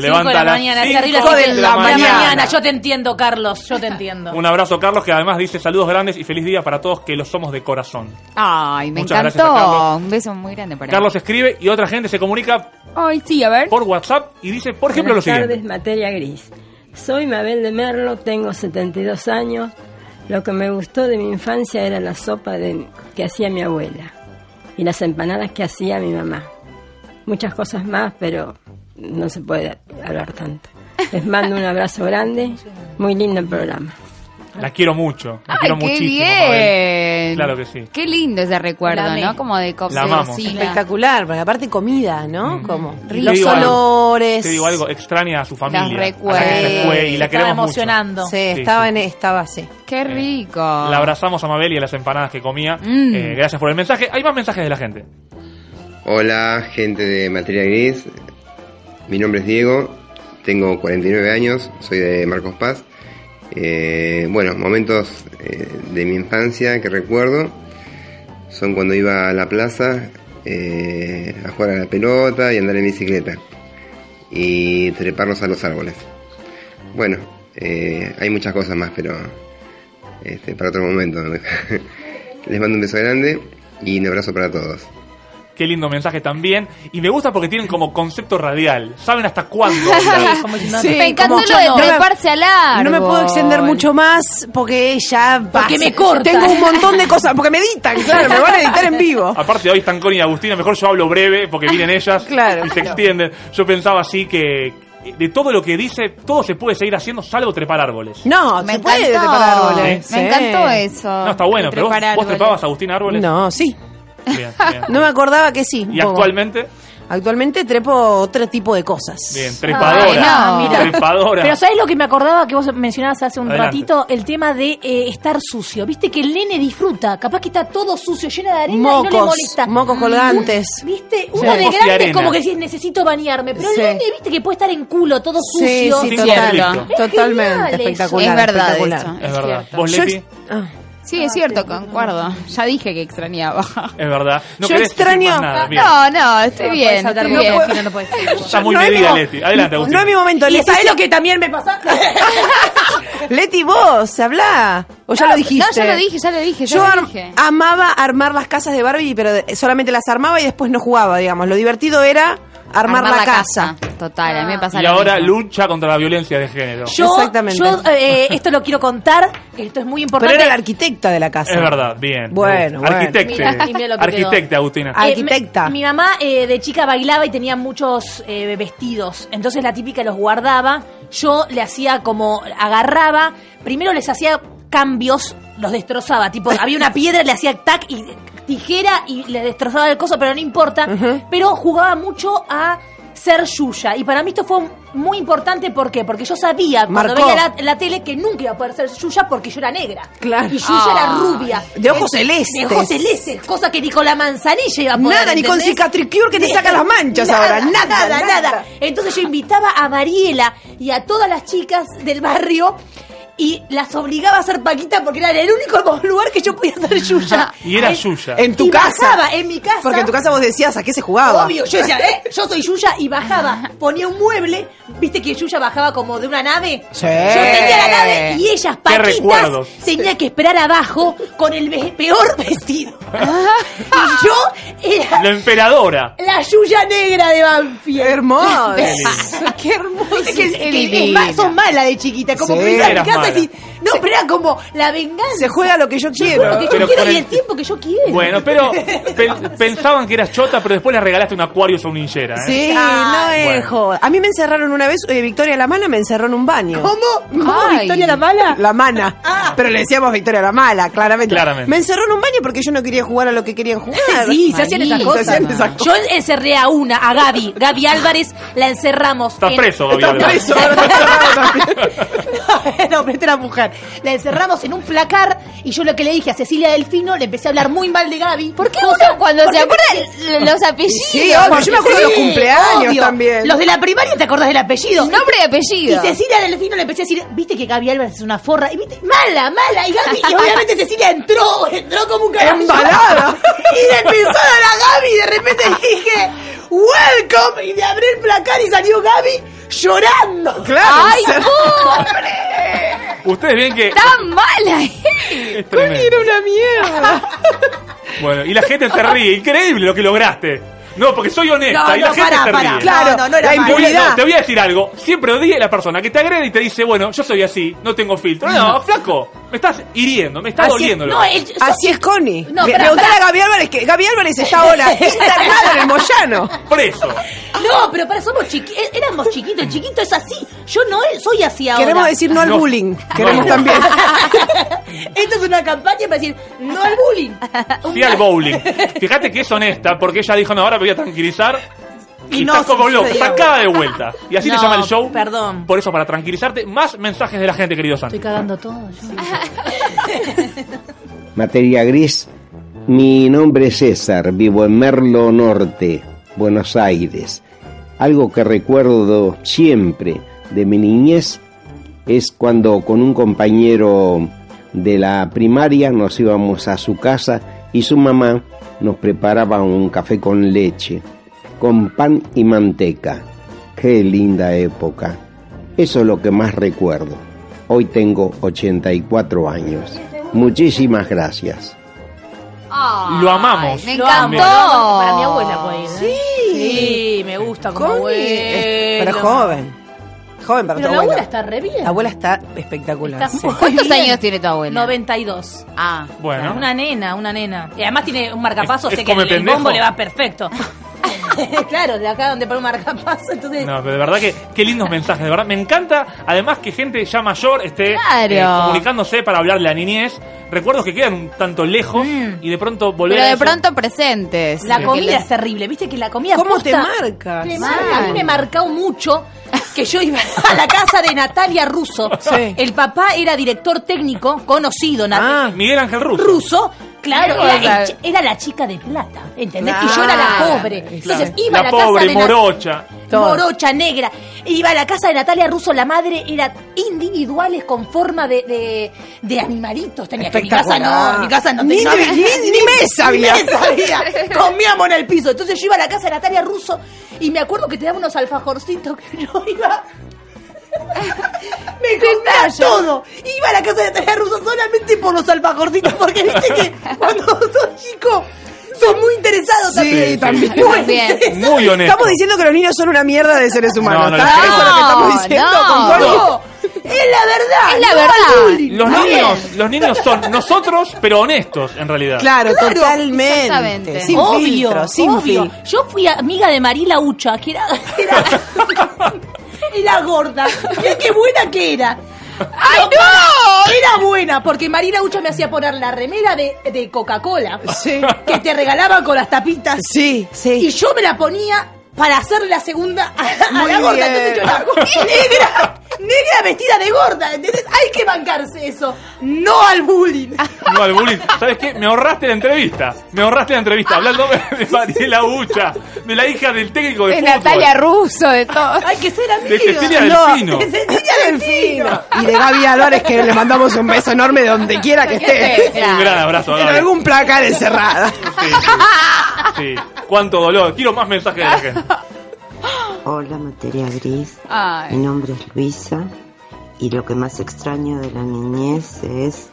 Speaker 1: Cinco
Speaker 2: levanta
Speaker 1: de
Speaker 2: a
Speaker 1: la
Speaker 2: las
Speaker 1: mañana, es
Speaker 2: 5
Speaker 1: terrible,
Speaker 3: cinco
Speaker 1: así
Speaker 3: de
Speaker 1: que-
Speaker 3: la mañana.
Speaker 1: Yo te entiendo, Carlos, yo te entiendo.
Speaker 2: Un abrazo, Carlos, que además dice saludos grandes y feliz día para todos que los somos de corazón.
Speaker 4: Ay, me
Speaker 2: Muchas gracias a
Speaker 4: encantó.
Speaker 2: Carlos.
Speaker 4: Un beso muy grande para
Speaker 2: Carlos escribe y otra gente se comunica
Speaker 4: él. Ay, sí, a ver.
Speaker 2: por WhatsApp y dice, por ejemplo, lo
Speaker 5: Buenas
Speaker 2: siguiente.
Speaker 5: tardes, materia gris. Soy Mabel de Merlo, tengo 72 años. Lo que me gustó de mi infancia era la sopa de- que hacía mi abuela y las empanadas que hacía mi mamá. Muchas cosas más, pero no se puede hablar tanto. Les mando un abrazo grande. Muy lindo el programa.
Speaker 2: La quiero mucho. La
Speaker 4: Ay,
Speaker 2: quiero
Speaker 4: qué
Speaker 2: muchísimo.
Speaker 4: bien.
Speaker 2: Mabel. Claro que sí.
Speaker 4: Qué lindo ese recuerdo,
Speaker 1: La amé.
Speaker 4: ¿no? Como de co-
Speaker 2: La
Speaker 4: de
Speaker 2: amamos.
Speaker 4: cocina.
Speaker 3: Espectacular, porque aparte comida, ¿no? Como
Speaker 2: Mm. Y te
Speaker 3: los
Speaker 2: digo algo,
Speaker 3: olores.
Speaker 2: Te digo algo, extraña a su familia.
Speaker 4: recuerdo.
Speaker 2: a la que se fue y
Speaker 1: Se
Speaker 2: la
Speaker 1: estaba
Speaker 2: queremos
Speaker 1: emocionando.
Speaker 3: Sí,
Speaker 2: Sí,
Speaker 3: estaba,
Speaker 2: sí.
Speaker 3: En, estaba así.
Speaker 4: Qué rico.
Speaker 2: mucho. Eh, La abrazamos a Mabel y a las empanadas que comía.
Speaker 4: Mm.
Speaker 2: Eh, gracias por el mensaje. Hay más mensajes de la gente.
Speaker 6: Hola, gente de Materia Gris. Mi nombre es Diego, tengo 49 años, soy de Marcos Paz. Eh, bueno, momentos eh, de mi infancia que recuerdo son cuando iba a la plaza eh, a jugar a la pelota y andar en bicicleta y treparnos a los árboles. Bueno, eh, hay muchas cosas más, pero este, para otro momento. (laughs) Les mando un beso grande y un abrazo para todos.
Speaker 2: Qué lindo mensaje también. Y me gusta porque tienen como concepto radial. Saben hasta
Speaker 1: (laughs)
Speaker 2: cuándo.
Speaker 1: (laughs)
Speaker 2: hablar.
Speaker 1: Como diciendo,
Speaker 3: Sí,
Speaker 4: me encantó
Speaker 3: como-
Speaker 4: lo de
Speaker 3: no me-
Speaker 4: treparse al árbol.
Speaker 3: No me puedo extender mucho más porque ya
Speaker 1: Porque me cortan.
Speaker 3: Tengo un montón de cosas, porque me editan, claro, me van a editar en vivo.
Speaker 2: Aparte, hoy están Connie y Agustina. Mejor yo hablo breve porque vienen ellas
Speaker 3: Claro,
Speaker 2: y se
Speaker 3: claro.
Speaker 2: extienden. Yo pensaba así que eh, de todo lo que dice, todo se puede seguir haciendo salvo trepar árboles.
Speaker 3: No,
Speaker 4: Me
Speaker 3: se puede
Speaker 4: encantó.
Speaker 3: preparar árboles.
Speaker 4: Me
Speaker 3: sí.
Speaker 4: encantó eso.
Speaker 2: No, está bueno, pero vos,
Speaker 4: Trepar
Speaker 2: vos
Speaker 4: árboles.
Speaker 2: trepabas, Agustín, árboles.
Speaker 3: No, sí.
Speaker 2: Bien, bien.
Speaker 3: No me acordaba que sí. un
Speaker 2: Y
Speaker 3: poco.
Speaker 2: actualmente,
Speaker 3: Actualmente trepo otro tipo de cosas.
Speaker 2: bien, trepadora.
Speaker 4: Ay, no.
Speaker 2: Trepadora.
Speaker 1: Pero ¿sabes lo que me acordaba que vos mencionabas hace un
Speaker 2: Adelante.
Speaker 1: ratito? El tema de eh, estar sucio. Viste que el nene disfruta, capaz que está todo sucio, llena de arena y no le
Speaker 3: Mocos,
Speaker 1: molesta.
Speaker 3: mocos colgantes.
Speaker 1: Viste, uno de
Speaker 2: Mocos y
Speaker 1: grande es
Speaker 2: arena.
Speaker 1: como que decís, necesito bañarme, pero
Speaker 3: Sí.
Speaker 1: el nene, viste que puede estar en culo, todo
Speaker 3: Sí,
Speaker 1: sucio.
Speaker 3: sí,
Speaker 2: Sin
Speaker 3: total,
Speaker 2: conflicto.
Speaker 1: Es
Speaker 3: totalmente
Speaker 1: genial
Speaker 3: espectacular.
Speaker 4: Es verdad
Speaker 3: espectacular.
Speaker 2: Es
Speaker 4: eso. Es
Speaker 2: verdad.
Speaker 4: cierto.
Speaker 2: Vos,
Speaker 3: Yo,
Speaker 2: Leti,
Speaker 3: ex- ah.
Speaker 4: Sí, es cierto, concuerdo. Ya dije que extrañaba.
Speaker 2: es verdad. No
Speaker 3: Yo
Speaker 2: querés decir
Speaker 3: extraño-
Speaker 2: más nada, Ah, bien.
Speaker 4: No, no, estoy bien.
Speaker 1: No
Speaker 4: Estoy
Speaker 1: puedes
Speaker 4: bien.
Speaker 1: saltar no
Speaker 4: (laughs)
Speaker 1: puedes.
Speaker 2: Está muy
Speaker 3: No es
Speaker 2: medida,
Speaker 3: mi mo-
Speaker 2: Leti. Adelante, Agustín.
Speaker 3: No es mi momento.
Speaker 1: Y
Speaker 3: Leti,
Speaker 1: sabés lo que también me
Speaker 4: (laughs)
Speaker 1: pasa.
Speaker 3: Leti, vos, habla. O ya lo dijiste.
Speaker 4: No, ya lo dije, ya lo dije. ya
Speaker 3: Yo
Speaker 4: lo
Speaker 3: ar-
Speaker 4: dije.
Speaker 3: amaba armar las casas de Barbie, pero de- solamente las armaba y después no jugaba, digamos. Lo divertido era armar, la, casa.
Speaker 4: Total, a mí me pasa
Speaker 2: Y
Speaker 4: lo
Speaker 2: ahora
Speaker 4: mismo.
Speaker 2: lucha contra la violencia de género.
Speaker 1: Yo,
Speaker 3: Exactamente.
Speaker 1: yo eh, esto lo quiero contar, esto es muy
Speaker 3: Pero
Speaker 1: importante.
Speaker 3: era la arquitecta de la casa.
Speaker 2: Es verdad, bien.
Speaker 3: Bueno, bueno.
Speaker 2: Arquitecte.
Speaker 1: Mira, y mira lo que
Speaker 2: Arquitecte, Agustina.
Speaker 3: Ah. Arquitecta.
Speaker 1: me- mi mamá eh, de chica bailaba y tenía muchos eh, vestidos. Entonces la típica los guardaba. Yo le hacía como agarraba. Primero les hacía cambios, los destrozaba. Tipo, había una piedra, le hacía tac y tijera y le destrozaba el coso, pero no importa. Pero jugaba mucho a ser Yuya. Y para mí esto fue muy importante, ¿por qué? Porque yo sabía, cuando
Speaker 3: Marcó.
Speaker 1: veía la, la tele, que nunca iba a poder ser Yuya porque yo era negra.
Speaker 3: Claro.
Speaker 1: Y Yuya era
Speaker 4: Ah.
Speaker 1: rubia.
Speaker 3: De ojos
Speaker 1: De
Speaker 3: celestes.
Speaker 1: ojos celestes, cosa que ni con la manzanilla iba a poder.
Speaker 3: Nada, ni con
Speaker 1: ¿entendés?
Speaker 3: Cicatricure que te saca las manchas ahora. Nada,
Speaker 1: nada, nada. Entonces yo invitaba a Mariela y a todas las chicas del barrio y las obligaba a hacer paquita porque era el único (laughs) lugar que yo podía hacer yuya.
Speaker 2: (laughs) Y era
Speaker 1: Eh,
Speaker 2: Yuya.
Speaker 3: En tu
Speaker 1: y
Speaker 3: casa.
Speaker 1: bajaba en mi casa.
Speaker 3: Porque en tu casa vos decías a qué se jugaba.
Speaker 1: Obvio, yo decía, eh, yo soy Yuya y bajaba, ponía un mueble, viste que Yuya bajaba como de una nave.
Speaker 3: Sí.
Speaker 1: Yo tenía la nave y ellas paquitas
Speaker 2: recuerdos.
Speaker 1: tenía que esperar abajo con el ve- peor vestido. y yo era
Speaker 2: La emperadora.
Speaker 1: la Yuya negra de Banfield.
Speaker 3: Hermoso.
Speaker 2: Qué lindo.
Speaker 3: Qué hermoso.
Speaker 1: Viste que- que
Speaker 4: divina.
Speaker 1: es ma- sos mala de chiquita, como
Speaker 3: Sí.
Speaker 1: que me dice, en mi
Speaker 2: Eras
Speaker 1: casa
Speaker 2: Claro.
Speaker 1: decís, no, pero era como la venganza.
Speaker 3: Se juega lo que yo quiero.
Speaker 1: Lo que yo
Speaker 2: Pero
Speaker 1: quiero
Speaker 2: con
Speaker 1: y
Speaker 2: el-
Speaker 1: el tiempo que yo quiero.
Speaker 2: Bueno, pero pe- pensaban que eras chota, pero después le regalaste un Aquarius o un ninjera. ¿eh?
Speaker 3: Sí, no es
Speaker 2: Bueno.
Speaker 3: joda. A mí me encerraron una vez, eh, Victoria La Mala me encerró en un baño.
Speaker 1: ¿Cómo? ¿Cómo
Speaker 4: Ay.
Speaker 1: Victoria la mala? Ah.
Speaker 3: La Mana. Pero le decíamos Victoria La Mala, claramente.
Speaker 2: Claramente.
Speaker 3: Me encerró en un baño porque yo no quería jugar a lo que querían jugar.
Speaker 1: (laughs) Sí, se hacían esas
Speaker 4: Ahí,
Speaker 1: cosas.
Speaker 4: se hacían esas
Speaker 1: Yo encerré a una, a Gaby. Gaby Álvarez, la encerramos.
Speaker 2: Estás
Speaker 1: en-
Speaker 2: preso, Gaby
Speaker 3: Está
Speaker 2: Álvarez.
Speaker 3: preso, ahora está encerrado también.
Speaker 1: (laughs) no, pero esta era mujer. La encerramos en un placar y yo lo que le dije a Cecilia Delfino le empecé a hablar muy mal de Gaby.
Speaker 4: ¿Por qué
Speaker 1: Cosa-
Speaker 4: uno cuando
Speaker 1: ¿por
Speaker 4: se
Speaker 1: qué?
Speaker 4: acuerda l- los apellidos?
Speaker 3: Sí, obvio, yo me acuerdo de los
Speaker 1: Sí,
Speaker 3: cumpleaños
Speaker 1: obvio.
Speaker 3: también.
Speaker 1: Los de la primaria te acordás del apellido.
Speaker 4: Nombre y
Speaker 1: Y
Speaker 4: apellido.
Speaker 1: Cecilia Delfino le empecé a decir, viste que Gaby Álvarez es una forra. Y viste, mala, mala. Y Gaby, y obviamente Cecilia entró, entró como un caramillo.
Speaker 3: Embalada.
Speaker 1: (laughs) Y le empezó a dar a Gaby y de (laughs) repente dije, welcome. Y le abrí el placar y salió Gaby llorando.
Speaker 3: Claro,
Speaker 4: ¡Ay,
Speaker 3: encerrado.
Speaker 4: vos!
Speaker 2: Ustedes ven que.
Speaker 4: ¡Tan mala! eh.
Speaker 2: es tremendo.
Speaker 3: Era una mierda.
Speaker 2: Bueno, y la gente te ríe. Increíble lo que lograste. No, porque soy honesta.
Speaker 1: No,
Speaker 2: y la
Speaker 1: no,
Speaker 2: gente
Speaker 1: pará,
Speaker 2: te
Speaker 1: pará.
Speaker 2: ríe.
Speaker 3: Claro,
Speaker 1: No, no, no era
Speaker 3: la
Speaker 1: mala.
Speaker 2: Te voy, a, no,
Speaker 3: impunidad.
Speaker 2: te voy a decir algo. Siempre odie a la persona que te agrede y te dice, bueno, yo soy así, no tengo filtro. No, flaco, me estás hiriendo, me está
Speaker 1: Así-
Speaker 2: doliendo. lo
Speaker 1: no,
Speaker 2: que-
Speaker 1: él-
Speaker 3: Así es Connie.
Speaker 1: No,
Speaker 3: Le-
Speaker 1: pará,
Speaker 3: Preguntale
Speaker 1: pará.
Speaker 3: a Gaby Álvarez que Gaby Álvarez
Speaker 1: (laughs)
Speaker 3: está ahora. Ella está armada en el Moyano.
Speaker 2: Preso.
Speaker 1: No, pero para somos chiqui é- éramos chiquitos, el chiquito es así. Yo no e- soy así ahora. Ah,
Speaker 3: Queremos decir no al
Speaker 2: No.
Speaker 3: bullying. Queremos
Speaker 2: No.
Speaker 3: también.
Speaker 1: Esto es una campaña para decir no al bullying.
Speaker 2: Sí al bowling. Fíjate que es honesta, porque ella dijo, no, ahora me voy a tranquilizar. Y,
Speaker 1: Y no
Speaker 2: estás como
Speaker 1: sucedió.
Speaker 2: loco, sacada de vuelta. Y así le
Speaker 1: No,
Speaker 2: llama el show.
Speaker 1: perdón.
Speaker 2: Por eso, para tranquilizarte, más mensajes de la gente, querido Santi.
Speaker 1: Estoy cagando todo. yo.
Speaker 7: Materia gris. Mi nombre es César, vivo en Merlo Norte, Buenos Aires. Algo que recuerdo siempre de mi niñez es cuando con un compañero de la primaria nos íbamos a su casa y su mamá nos preparaba un café con leche, con pan y manteca. Qué linda época. Eso es lo que más recuerdo. Hoy tengo 84 años. Muchísimas gracias.
Speaker 4: Ay,
Speaker 2: Lo amamos.
Speaker 4: Me
Speaker 1: Lo
Speaker 4: encantó.
Speaker 1: amo, lo amo, Para mi abuela,
Speaker 4: (laughs)
Speaker 1: pues. Sí. Sí, me gusta como
Speaker 3: Connie. es-
Speaker 1: abuelo.
Speaker 3: Pero joven. Joven
Speaker 1: Pero
Speaker 3: para tu
Speaker 1: la abuela
Speaker 3: abuela.
Speaker 1: está re bien.
Speaker 3: La abuela está espectacular.
Speaker 1: Está
Speaker 3: sí.
Speaker 1: muy (laughs)
Speaker 4: ¿Cuántos
Speaker 1: bien.
Speaker 4: años tiene tu abuela?
Speaker 1: 92.
Speaker 4: Ah.
Speaker 2: Bueno.
Speaker 1: Una nena, una nena. Y además tiene un marcapaso,
Speaker 2: Es-
Speaker 1: sé
Speaker 2: es
Speaker 1: que
Speaker 2: come
Speaker 1: el, el
Speaker 2: pendejo.
Speaker 1: bombo le va
Speaker 2: (laughs)
Speaker 1: perfecto. (laughs) claro, de acá donde pone un marcapaso, entonces.
Speaker 2: No, pero de verdad que qué lindos mensajes, de verdad. Me encanta, además, que gente ya mayor esté eh,
Speaker 4: Claro.
Speaker 2: comunicándose para hablarle a niñez. Recuerdos que quedan un tanto lejos y de pronto volver
Speaker 4: Pero
Speaker 2: a
Speaker 4: de
Speaker 2: eso.
Speaker 4: pronto presentes.
Speaker 1: La
Speaker 4: Porque
Speaker 1: comida
Speaker 4: les-
Speaker 1: es terrible, viste que la comida
Speaker 3: ¿Cómo
Speaker 1: posta-
Speaker 3: te marca?
Speaker 1: Te
Speaker 3: Sí.
Speaker 1: marca. A mí me marcó mucho que yo iba a la casa de Natalia Russo.
Speaker 3: Sí.
Speaker 1: El papá era director técnico, conocido, Nat-
Speaker 3: Ah,
Speaker 2: Miguel Ángel Russo.
Speaker 1: Russo. Claro, era,
Speaker 4: Mira, o
Speaker 1: el
Speaker 4: sea-
Speaker 1: chi- era la chica de plata, ¿entendés? Y yo era la
Speaker 4: Claro,
Speaker 1: pobre. Entonces
Speaker 2: Claro.
Speaker 1: iba
Speaker 2: la
Speaker 1: a la
Speaker 2: pobre,
Speaker 1: casa de Nat-
Speaker 2: morocha.
Speaker 3: Todo.
Speaker 1: Morocha, negra. Iba a la casa de Natalia Russo, la madre era individuales con forma de, de, de animalitos. Tenía que en mi casa no, en mi casa no
Speaker 3: Ni-
Speaker 1: tenía.
Speaker 3: ni- ni- ni mesa
Speaker 1: (laughs)
Speaker 3: había.
Speaker 1: Ni mesa había. Comíamos en el piso. Entonces yo iba a la casa de Natalia Russo y me acuerdo que te daban unos alfajorcitos que yo
Speaker 3: (laughs)
Speaker 1: iba. Me comía todo. Iba a la casa de Natalia Russo solamente por los alfajorcitos, porque viste que cuando sos chico sos muy interesado también.
Speaker 3: Sí, también.
Speaker 1: Muy
Speaker 4: Bien.
Speaker 1: interesado.
Speaker 2: Muy honesto.
Speaker 3: Estamos diciendo que los niños son una mierda de seres humanos.
Speaker 2: No, no,
Speaker 3: ¿Está
Speaker 2: no.
Speaker 3: eso lo que estamos diciendo?
Speaker 4: No,
Speaker 3: con Connie?
Speaker 2: no.
Speaker 1: Es la verdad.
Speaker 4: Es la
Speaker 1: no
Speaker 4: verdad.
Speaker 1: al bullying.
Speaker 2: Los
Speaker 1: No.
Speaker 2: niños, los niños son nosotros, pero honestos, en realidad.
Speaker 3: Claro,
Speaker 1: Claro,
Speaker 3: totalmente.
Speaker 4: exactamente.
Speaker 3: Sin
Speaker 1: obvio,
Speaker 3: filtro, sin
Speaker 1: obvio.
Speaker 3: filtro.
Speaker 1: Yo fui amiga de Marila Ucha, que era, era, (laughs) era gorda. Mirá qué buena que era. ¡Ay, no! Era buena, porque Marila Ucha me hacía poner la remera de, de Coca-Cola,
Speaker 3: Sí.
Speaker 1: que te regalaban con las tapitas.
Speaker 3: Sí,
Speaker 1: Y
Speaker 3: sí.
Speaker 1: yo me la ponía para hacer la segunda a, a
Speaker 3: Muy
Speaker 1: la gorda.
Speaker 3: bien.
Speaker 1: Entonces yo la negra, negra vestida de gorda. ¿entendés? Hay que bancarse eso. No al bullying.
Speaker 3: Ah,
Speaker 2: No al bullying. ¿Sabes qué? Me ahorraste la entrevista. Me ahorraste la entrevista. Hablando de Mariela Ucha, de la hija del técnico de,
Speaker 4: De
Speaker 2: fútbol.
Speaker 4: Natalia Russo,
Speaker 1: (laughs)
Speaker 4: de todo.
Speaker 1: Hay que ser amigo.
Speaker 2: De Cecilia Delfino.
Speaker 1: De
Speaker 3: (laughs)
Speaker 1: Cecilia Delfino.
Speaker 3: Y de Gaby Álvarez, que le mandamos un beso enorme de donde quiera que
Speaker 4: (laughs)
Speaker 3: esté.
Speaker 2: Un gran abrazo.
Speaker 3: En
Speaker 2: Gaby.
Speaker 3: algún placar encerrada.
Speaker 2: Sí, sí. Sí. Cuánto dolor. Quiero más mensajes de la gente.
Speaker 8: Hola, materia gris. Mi
Speaker 4: Ay.
Speaker 8: nombre es Luisa y lo que más extraño de la niñez es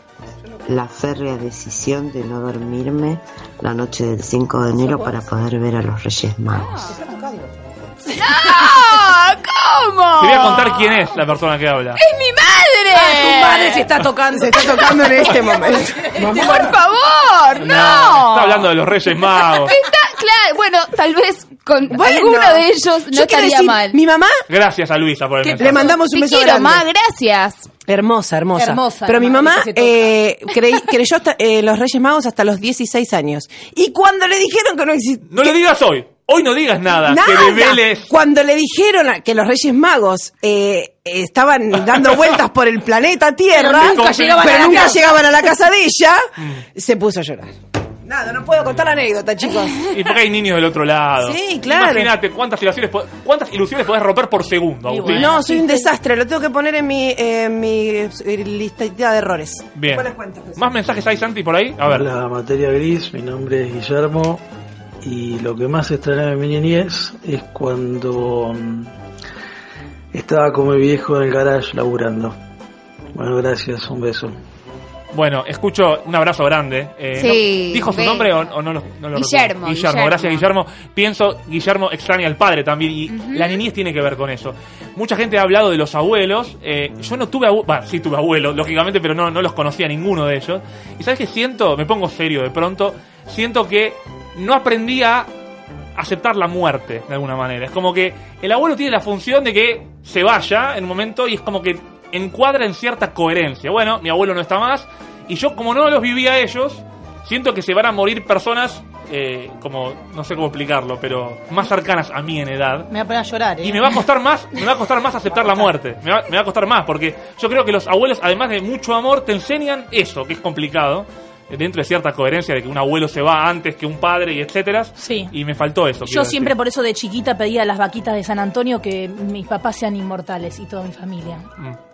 Speaker 8: la férrea decisión de no dormirme la noche del 5 de enero para poder ver a los Reyes Magos.
Speaker 4: ¡No! ¿Cómo? Oh.
Speaker 2: Te voy a contar quién es la persona que habla.
Speaker 4: ¡Ah! ¡Es mi madre!
Speaker 3: Ah,
Speaker 1: su madre se está tocando.
Speaker 3: Se está tocando en este momento.
Speaker 4: ¡Por favor! ¡No!
Speaker 2: Está hablando de los Reyes Magos.
Speaker 4: Está, claro, bueno, tal vez con
Speaker 3: Bueno,
Speaker 4: alguno de ellos no
Speaker 3: yo quiero
Speaker 4: estaría
Speaker 3: decir,
Speaker 4: mal.
Speaker 3: Mi mamá,
Speaker 2: Gracias a Luisa por el mensaje.
Speaker 3: le mandamos un
Speaker 4: Te
Speaker 3: beso
Speaker 4: quiero,
Speaker 3: grande.
Speaker 4: ma, gracias.
Speaker 3: Hermosa, hermosa.
Speaker 1: Hermosa,
Speaker 3: Pero mi
Speaker 1: hermana,
Speaker 3: mamá
Speaker 1: que se toca.
Speaker 3: eh, creí- creyó hasta- eh, los Reyes Magos hasta los 16 años. Y cuando le dijeron que no existía...
Speaker 2: No lo digas hoy. Hoy no digas nada.
Speaker 3: Nada.
Speaker 2: Que develes.
Speaker 3: Cuando le dijeron a- que los Reyes Magos eh, estaban dando vueltas por el planeta Tierra,
Speaker 2: Pero nunca llegaban
Speaker 3: pero
Speaker 2: a la
Speaker 3: nunca
Speaker 2: casa.
Speaker 3: llegaban a la casa de ella,
Speaker 2: Mm.
Speaker 3: se puso a llorar. Nada, no puedo contar la anécdota, chicos.
Speaker 2: Y porque hay niños del otro lado.
Speaker 3: Sí, claro.
Speaker 2: Imagínate cuántas ilusiones, po- cuántas ilusiones podés romper por segundo,
Speaker 1: Y
Speaker 2: Agustín.
Speaker 3: No, soy un desastre, lo tengo que poner en mi, en mi eh, listita de errores.
Speaker 2: Bien.
Speaker 3: Después les cuento, Jesús.
Speaker 2: ¿Más mensajes hay, Santi, por ahí? A ver.
Speaker 9: La materia gris, mi nombre es Guillermo y lo que más extrañaba de mi niñez es cuando mm, estaba con mi viejo en el garage laburando. Bueno, gracias, un beso.
Speaker 2: Bueno, escucho un abrazo grande. Eh,
Speaker 4: Sí,
Speaker 2: ¿no- ¿Dijo su
Speaker 4: bello.
Speaker 2: nombre o, o no lo, no lo
Speaker 4: Guillermo,
Speaker 2: recuerdo? Guillermo,
Speaker 4: Guillermo.
Speaker 2: gracias Guillermo. Pienso, Guillermo extraña al padre también y la niñez tiene que ver con eso. Mucha gente ha hablado de los abuelos. eh, yo no tuve abuelos, sí tuve abuelos, lógicamente, pero no, no los conocía ninguno de ellos. ¿Y sabes qué siento? Me pongo serio de pronto. Siento que no aprendí a aceptar la muerte de alguna manera. Es como que el abuelo tiene la función de que se vaya en un momento y es como que encuadra en cierta coherencia. Bueno, mi abuelo no está más y yo como no los viví a ellos, siento que se van a morir personas eh, como, no sé cómo explicarlo, pero más cercanas a mí en edad.
Speaker 1: Me voy a poner a llorar, ¿eh?
Speaker 2: Y me va a costar más, me va a costar más aceptar la muerte. Me va, me va a costar más, porque yo creo que los abuelos, además de mucho amor, te enseñan eso, que es complicado, eh, dentro de cierta coherencia de que un abuelo se va antes que un padre y etcétera.
Speaker 1: Sí.
Speaker 2: Y me faltó eso.
Speaker 1: Yo
Speaker 2: quiero
Speaker 1: siempre
Speaker 2: decir.
Speaker 1: por eso de chiquita pedía a las vaquitas de San Antonio que mis papás sean inmortales y toda mi (laughs) familia.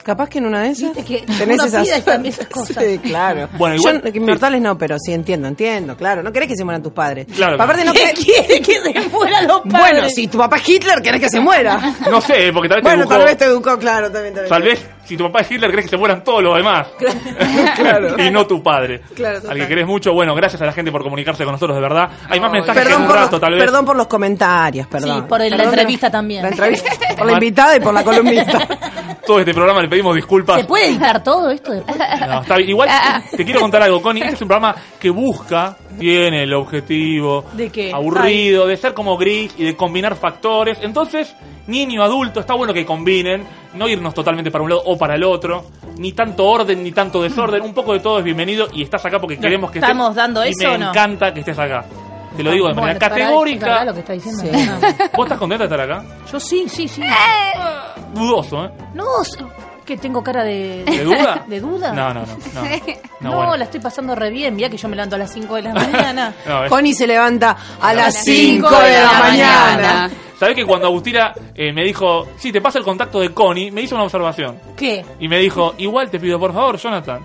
Speaker 3: Capaz que en una de esas
Speaker 1: Viste que
Speaker 3: tenés
Speaker 1: uno
Speaker 3: esas,
Speaker 1: pide esa- esas cosas.
Speaker 3: (laughs) Sí, claro.
Speaker 2: Bueno, igual-
Speaker 3: Yo, inmortales no, pero sí entiendo, entiendo, claro. No querés que se mueran tus padres.
Speaker 2: Claro.
Speaker 3: Pa-
Speaker 1: (laughs)
Speaker 3: Aparte no
Speaker 1: ¿Qué
Speaker 3: querés...
Speaker 1: quiere que se fueran los padres?
Speaker 3: Bueno, si tu papá es Hitler, querés que se
Speaker 1: (laughs)
Speaker 3: muera.
Speaker 1: Este
Speaker 2: No sé, eh, porque tal vez te
Speaker 3: bueno,
Speaker 2: educó-
Speaker 3: tal vez te educó, claro, también, también.
Speaker 2: Tal vez si tu papá es Hitler, crees que se mueran todos los demás. (laughs) y no tu padre.
Speaker 3: Claro,
Speaker 2: Al que
Speaker 3: total.
Speaker 2: querés mucho, bueno, gracias a la gente por comunicarse con nosotros, de verdad. Hay más mensajes que en
Speaker 3: Perdón
Speaker 2: un
Speaker 3: por,
Speaker 2: rato,
Speaker 3: los,
Speaker 2: tal vez.
Speaker 3: perdón por los comentarios, perdón.
Speaker 1: Sí, por el- la
Speaker 3: Perdón que
Speaker 1: entrevista
Speaker 3: no-
Speaker 1: también.
Speaker 3: La entrevista, por la invitada y por
Speaker 2: (laughs)
Speaker 3: la columnista.
Speaker 2: Todo este programa le pedimos disculpas.
Speaker 1: ¿Se puede editar todo (laughs) esto después?
Speaker 2: (laughs) No, está
Speaker 1: (laughs)
Speaker 2: bien. Igual te quiero contar algo, Connie. Este es un programa que busca, tiene el objetivo
Speaker 1: ¿De qué?
Speaker 2: aburrido, de ser como gris y de combinar factores. Entonces, niño, adulto, está bueno que combinen, no irnos totalmente para un lado o para el otro. Ni tanto orden, ni tanto desorden. Un poco de todo es bienvenido y estás acá porque queremos que estés.
Speaker 1: estamos dando
Speaker 2: y
Speaker 1: eso
Speaker 2: Me
Speaker 1: o no? Ah,
Speaker 2: encanta que estés acá. Te lo digo de
Speaker 1: Bueno,
Speaker 2: manera
Speaker 1: pará, es
Speaker 2: categórica.
Speaker 1: verdad lo que está diciendo.
Speaker 2: ¿Vos estás contenta de estar acá?
Speaker 1: Yo sí, sí, (laughs) sí.
Speaker 2: Dudoso, ¿eh?
Speaker 1: No, que tengo cara de...
Speaker 2: ¿De duda?
Speaker 1: (laughs) ¿De duda?
Speaker 2: No, no, no. No,
Speaker 1: No,
Speaker 2: No, bueno.
Speaker 1: la estoy pasando re bien. Mirá que yo me levanto a las 5 de la (laughs) mañana.
Speaker 2: No, es-
Speaker 3: Connie se levanta a las
Speaker 1: cinco
Speaker 3: 5 de la mañana.
Speaker 2: ¿Sabés que cuando Agustina eh, me dijo, sí, te pasa el contacto de Connie, me hizo una observación.
Speaker 1: ¿Qué?
Speaker 2: Y me dijo, igual te pido por favor, Jonathan.